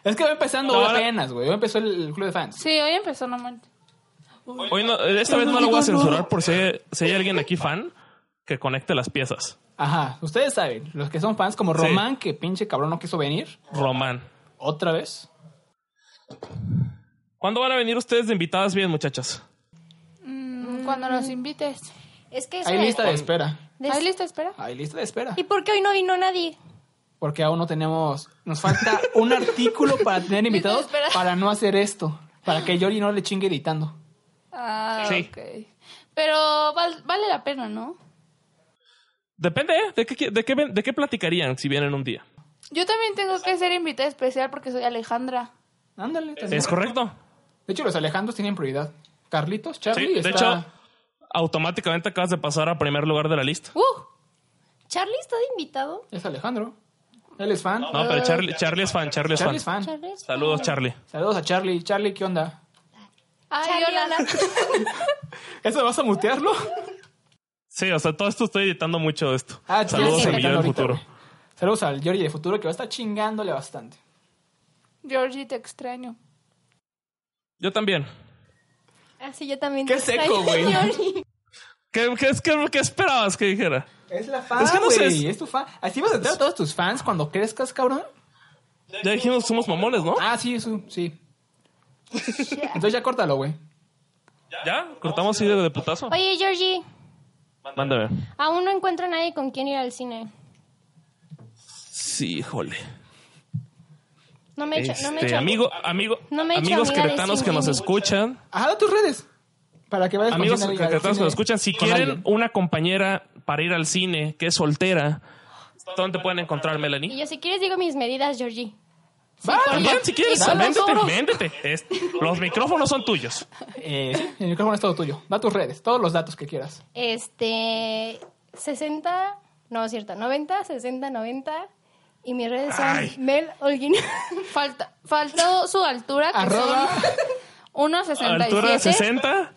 A: Es que va empezando
B: No,
A: hoy
B: ahora-
A: apenas, güey. Hoy empezó el, el club de fans.
C: Sí, hoy empezó, no manches.
B: Hoy no, eh, esta vez no lo voy a censurar por si hay, si hay alguien aquí fan que conecte las piezas.
A: Ajá. Ustedes saben, los que son fans, como
B: Sí.
A: Román, que pinche cabrón no quiso venir.
B: Román.
A: Otra vez.
B: ¿Cuándo van a venir ustedes de invitadas bien, muchachas?
C: Mm, Cuando nos invites.
D: Es que es
A: Hay
D: una-
A: lista
B: Pues,
A: de espera.
D: de-
C: ¿Ahí lista, espera?
A: Hay lista de espera.
D: ¿Y por qué hoy no vino nadie?
A: Porque aún no tenemos. Nos falta un artículo para tener invitados
C: Espera.
A: para no hacer esto. Para que Yori no le chingue editando.
C: Ah,
B: Sí.
C: ok. Pero val- vale la pena, ¿no?
B: Depende, ¿eh? ¿De qué, de, qué, ven- de qué platicarían si vienen un día?
C: Yo también tengo que ser invitada especial porque soy Alejandra.
A: Ándale. también.
B: ¿Es correcto?
A: De hecho, los Alejandros tienen prioridad. Carlitos, Charlie.
B: Sí,
A: está-
B: de hecho, automáticamente acabas de pasar a primer lugar de la lista.
C: ¡Uh!
D: ¿Charlie está de invitado?
A: Es Alejandro. Él es fan.
B: No, pero Charlie, Charlie es fan, Charlie es
A: Charlie
B: fan.
A: es fan.
D: ¿Charlie? está-
B: Saludos, Charlie.
A: Saludos a Charlie. Charlie, ¿qué onda?
C: ¡Ay,
D: Charlie,
C: hola!
D: hola.
A: ¿Eso vas a mutearlo?
B: Sí, o sea, todo esto estoy editando mucho de esto.
A: Ah,
B: Saludos
A: sí,
B: a
A: sí,
B: Guillermo del
A: ahorita,
B: Futuro.
A: güey. Saludos al Yori de futuro que va a estar chingándole bastante.
C: Georgie, te extraño.
B: Yo también.
D: Ah, sí, yo también.
A: Qué
D: te extraño,
A: seco, güey.
D: Charlie.
B: ¿Qué, qué, qué- qué esperabas que dijera?
A: Es la fan,
B: Es que no sé,
A: güey,
B: es-
A: Es tu fan. Así vas a entrar a todos tus fans cuando crezcas, cabrón.
B: Ya dijimos que somos mamones, ¿no?
A: Ah, sí, eso, sí. Entonces ya córtalo, güey.
B: ¿Ya? ¿Cortamos así de, de putazo?
D: Oye, Georgie,
B: Mándame.
D: aún no encuentro a nadie con quien ir al cine.
B: Sí, híjole.
D: No me he hecho, no me he
B: Este,
D: hecho-
B: amigo, amigo,
D: No me he hecho
B: amigos
D: amiga de
B: queretanos que
D: Cindy.
B: nos escuchan,
A: Ajá, da tus redes. Para que vayas
B: amigos
A: consiguiendo-
B: queretanos que nos escuchan, si
A: con
B: quieren
A: alguien.
B: una compañera para ir al cine que es soltera, ¿dónde pueden encontrar, Melanie?
D: Y yo, si quieres, digo mis medidas, Georgie.
A: Va,
B: También, si quieres,
A: Dale,
B: véndete,
A: vámonos.
B: véndete. Es- los micrófonos son tuyos.
A: Eh, sí, el micrófono es todo tuyo. Da tus redes, todos los datos que quieras.
D: Este. 60. No, es cierto. 90, 60, 90. Y mis redes son
B: Ay.
D: Mel Holguín.
C: Falta, faltó su altura, que
A: Arroba.
C: son
B: Altura
C: 1.67.
B: 60.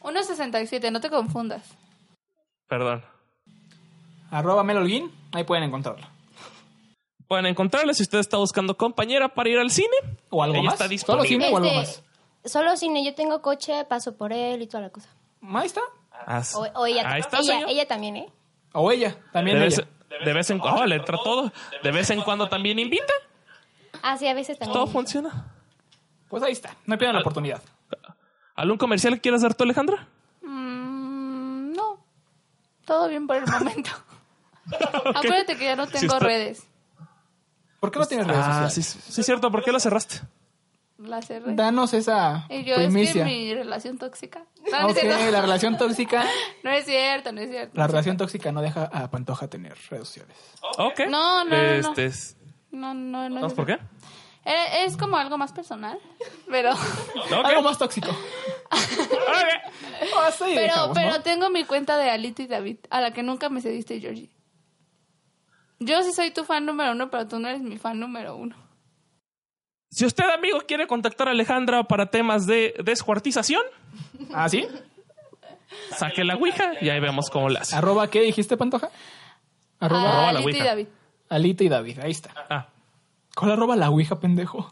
C: 1.67, no te confundas.
B: Perdón.
A: Arroba Melolguín. Ahí pueden encontrarlo.
B: Pueden encontrarla si usted está buscando compañera para ir al cine.
A: O algo
B: Ella
A: más.
B: está
A: Solo
B: disponible.
A: cine o algo más.
D: Este, Solo cine. Yo tengo coche, paso por él y toda la cosa.
A: Ahí está.
B: As-
D: O, o ella,
B: Ahí está,
D: ella,
B: señor.
D: ella también, ¿eh?
A: O ella, también
B: De vez,
A: ella.
B: de vez en cuando, le entra todo. De vez en cuando también invita.
D: Ah, sí, a veces también.
B: Todo funciona.
A: Pues ahí está. No pierdan la oportunidad.
B: ¿Algún comercial que quieras dar tú, Alejandra?
C: Mm, no. Todo bien por el momento. Acuérdate que ya no tengo
B: está-
C: redes.
A: ¿Por qué no tienes redes
B: Ah,
A: sociales?
B: sí, sí, es cierto. ¿Por qué la cerraste?
C: Las cerré.
A: Danos esa
C: Y yo,
A: primicia.
C: es que mi relación tóxica. No, no,
A: Ok,
C: es cierto.
A: la relación tóxica.
C: no es cierto, no es cierto.
A: La relación tóxica no deja a Pantoja tener redes sociales.
B: Ok.
C: No, no, no, no.
B: Este, es-
C: No, no, no. es
B: ¿Sabes por
C: cierto.
B: qué?
C: Eh, Es como algo más personal, pero,
B: Ok,
A: Algo más tóxico.
B: ok.
A: Así de
C: pero,
A: Ah, chavos, ¿no?
C: pero tengo mi cuenta de Alita y David, a la que nunca me cediste, Georgie. Yo sí soy tu fan número uno, pero tú no eres mi fan número uno.
B: Si usted, amigo, quiere contactar a Alejandra para temas de descuartización,
A: ¿Ah, sí?
B: saque la Ouija y ahí vemos cómo la hace.
A: ¿Arroba qué dijiste, Pantoja? Arroba
B: arroba
C: a
B: la
C: Ah, Alita y
B: Ouija.
C: David.
A: Alita y David, ahí está.
B: Ah,
A: ¿Cuál arroba la ouija, pendejo?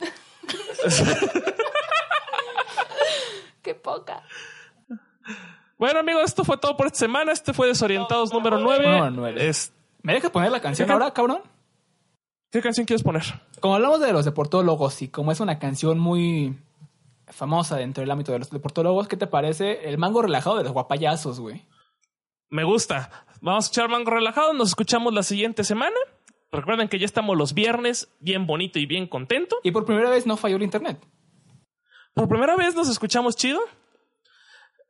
C: Qué poca.
B: Bueno, amigos, esto fue todo por esta semana. Este fue Desorientados número 9.
A: Número nueve.
B: Es,
A: ¿Me dejas poner la canción
B: Deja-
A: ahora, cabrón?
B: ¿Qué canción quieres poner?
A: Como hablamos de los deportólogos y como es una canción muy famosa dentro del ámbito de los deportólogos, ¿qué te parece el mango relajado de los guapayazos, güey?
B: Me gusta. Vamos a echar mango relajado. Nos escuchamos la siguiente semana. Recuerden que ya estamos los viernes, bien bonito y bien contento.
A: Y por primera vez no falló el internet.
B: Por primera vez nos escuchamos chido.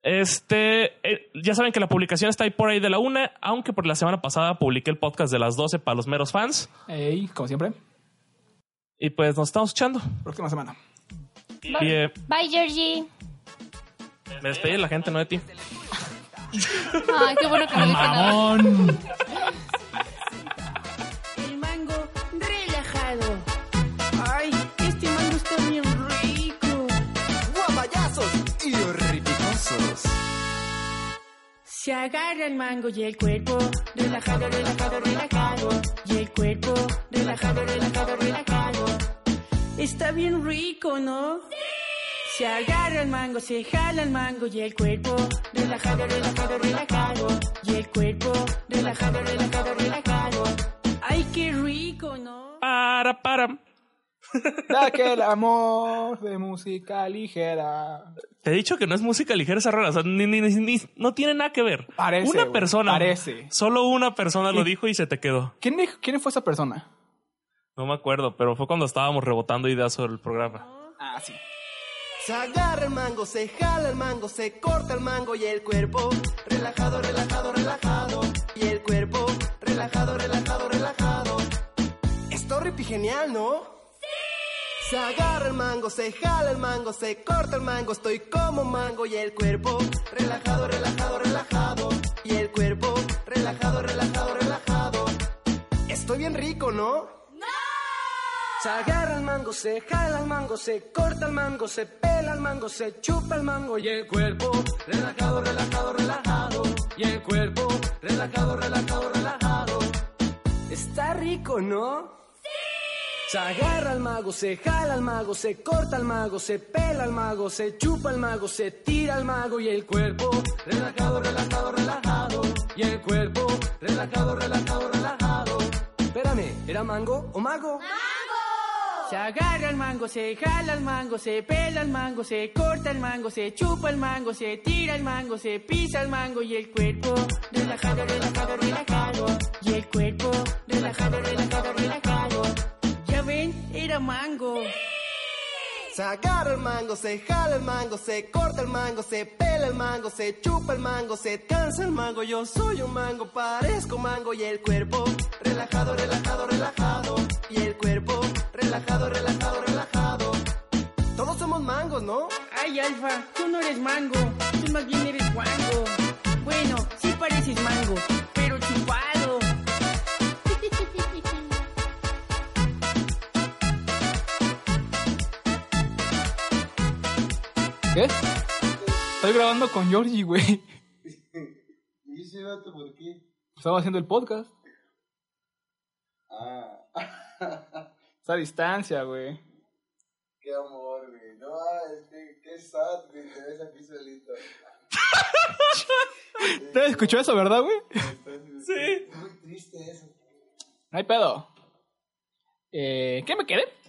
B: Este, eh, ya saben que la publicación está ahí por ahí de la una, aunque por la semana pasada publiqué el podcast de las 12 para los meros fans.
A: Ey, como siempre,
B: Y pues nos estamos echando.
A: próxima semana.
B: Y eh,
D: Bye, Georgie.
B: me despedí de la gente, no de ti.
C: Ay, qué bueno que no dije nada.
A: ¡Mamón!
E: El mango relajado. Ay, este mango está bien rico.
F: guapayazos y horripicosos.
E: Se agarra el mango y el cuerpo relajado, relajado, relajado. Y el cuerpo relajado, relajado, relajado. Está bien rico, ¿no? Se agarra el mango, se jala el mango y el cuerpo relajado, relajado, relajado. Y el cuerpo relajado, relajado, relajado. Ay, qué rico, ¿no?
B: Para, para.
A: Saque el amor de música ligera.
B: Te he dicho que no es música ligera esa rola, o sea, ni- ni- ni- ni- no tiene nada que ver.
A: Parece,
B: una
A: güey,
B: persona,
A: parece.
B: solo una persona lo dijo y se te quedó.
A: ¿Quién, dijo- ¿Quién fue esa persona?
B: No me acuerdo, pero fue cuando estábamos rebotando ideas sobre el programa.
A: Ah, sí.
F: Se agarra el mango, se jala el mango, se corta el mango y el cuerpo relajado, relajado, relajado. Y el cuerpo relajado, relajado, relajado. Está horripigenial, ¿no? Se agarra el mango, se jala el mango, se corta el mango, estoy como mango y el cuerpo relajado, relajado, relajado. Y el cuerpo relajado, relajado, relajado. Estoy bien rico, ¿no? Se agarra el mango, se jala el mango, se corta el mango, se pela el mango, se chupa el mango y el cuerpo relajado, relajado, relajado. Y el cuerpo relajado, relajado, relajado. Está rico, ¿no? Se agarra el mago, se jala el mago, se corta el mago, se pela el mago, se chupa el mago, se tira el mago y el cuerpo relajado, relajado, relajado. Y el cuerpo relajado, relajado, relajado. Espérame, ¿era mango o mago?
E: Se agarra el mango, se jala el mango, se pela el mango, se corta el mango, se chupa el mango, se tira el mango, se pisa el mango y el cuerpo relajado, relajado, relajado. Y el cuerpo relajado, relajado, relajado. Ya ven, era mango.
F: Se agarra el mango, se jala el mango, se corta el mango, se pela el mango, se chupa el mango, se cansa el mango. Yo soy un mango, parezco mango y el cuerpo relajado, relajado, relajado. Y el cuerpo relajado, relajado, relajado. Todos somos mangos, ¿no?
E: Ay, Alfa, tú no eres mango, tú más bien eres guango. Bueno, sí pareces mango, pero chupado.
A: ¿Qué? Estoy grabando con Georgie, güey. ¿Y ese vato por qué? Estaba haciendo el podcast. Ah.
G: Ah.
A: Está a distancia, güey.
G: Qué amor, güey. No, es que qué sad, güey. Te ves aquí solito.
A: ¿Te escuchó eso, verdad, güey?
B: Sí.
G: Muy triste eso.
A: No hay pedo. Eh, ¿Qué me quedé?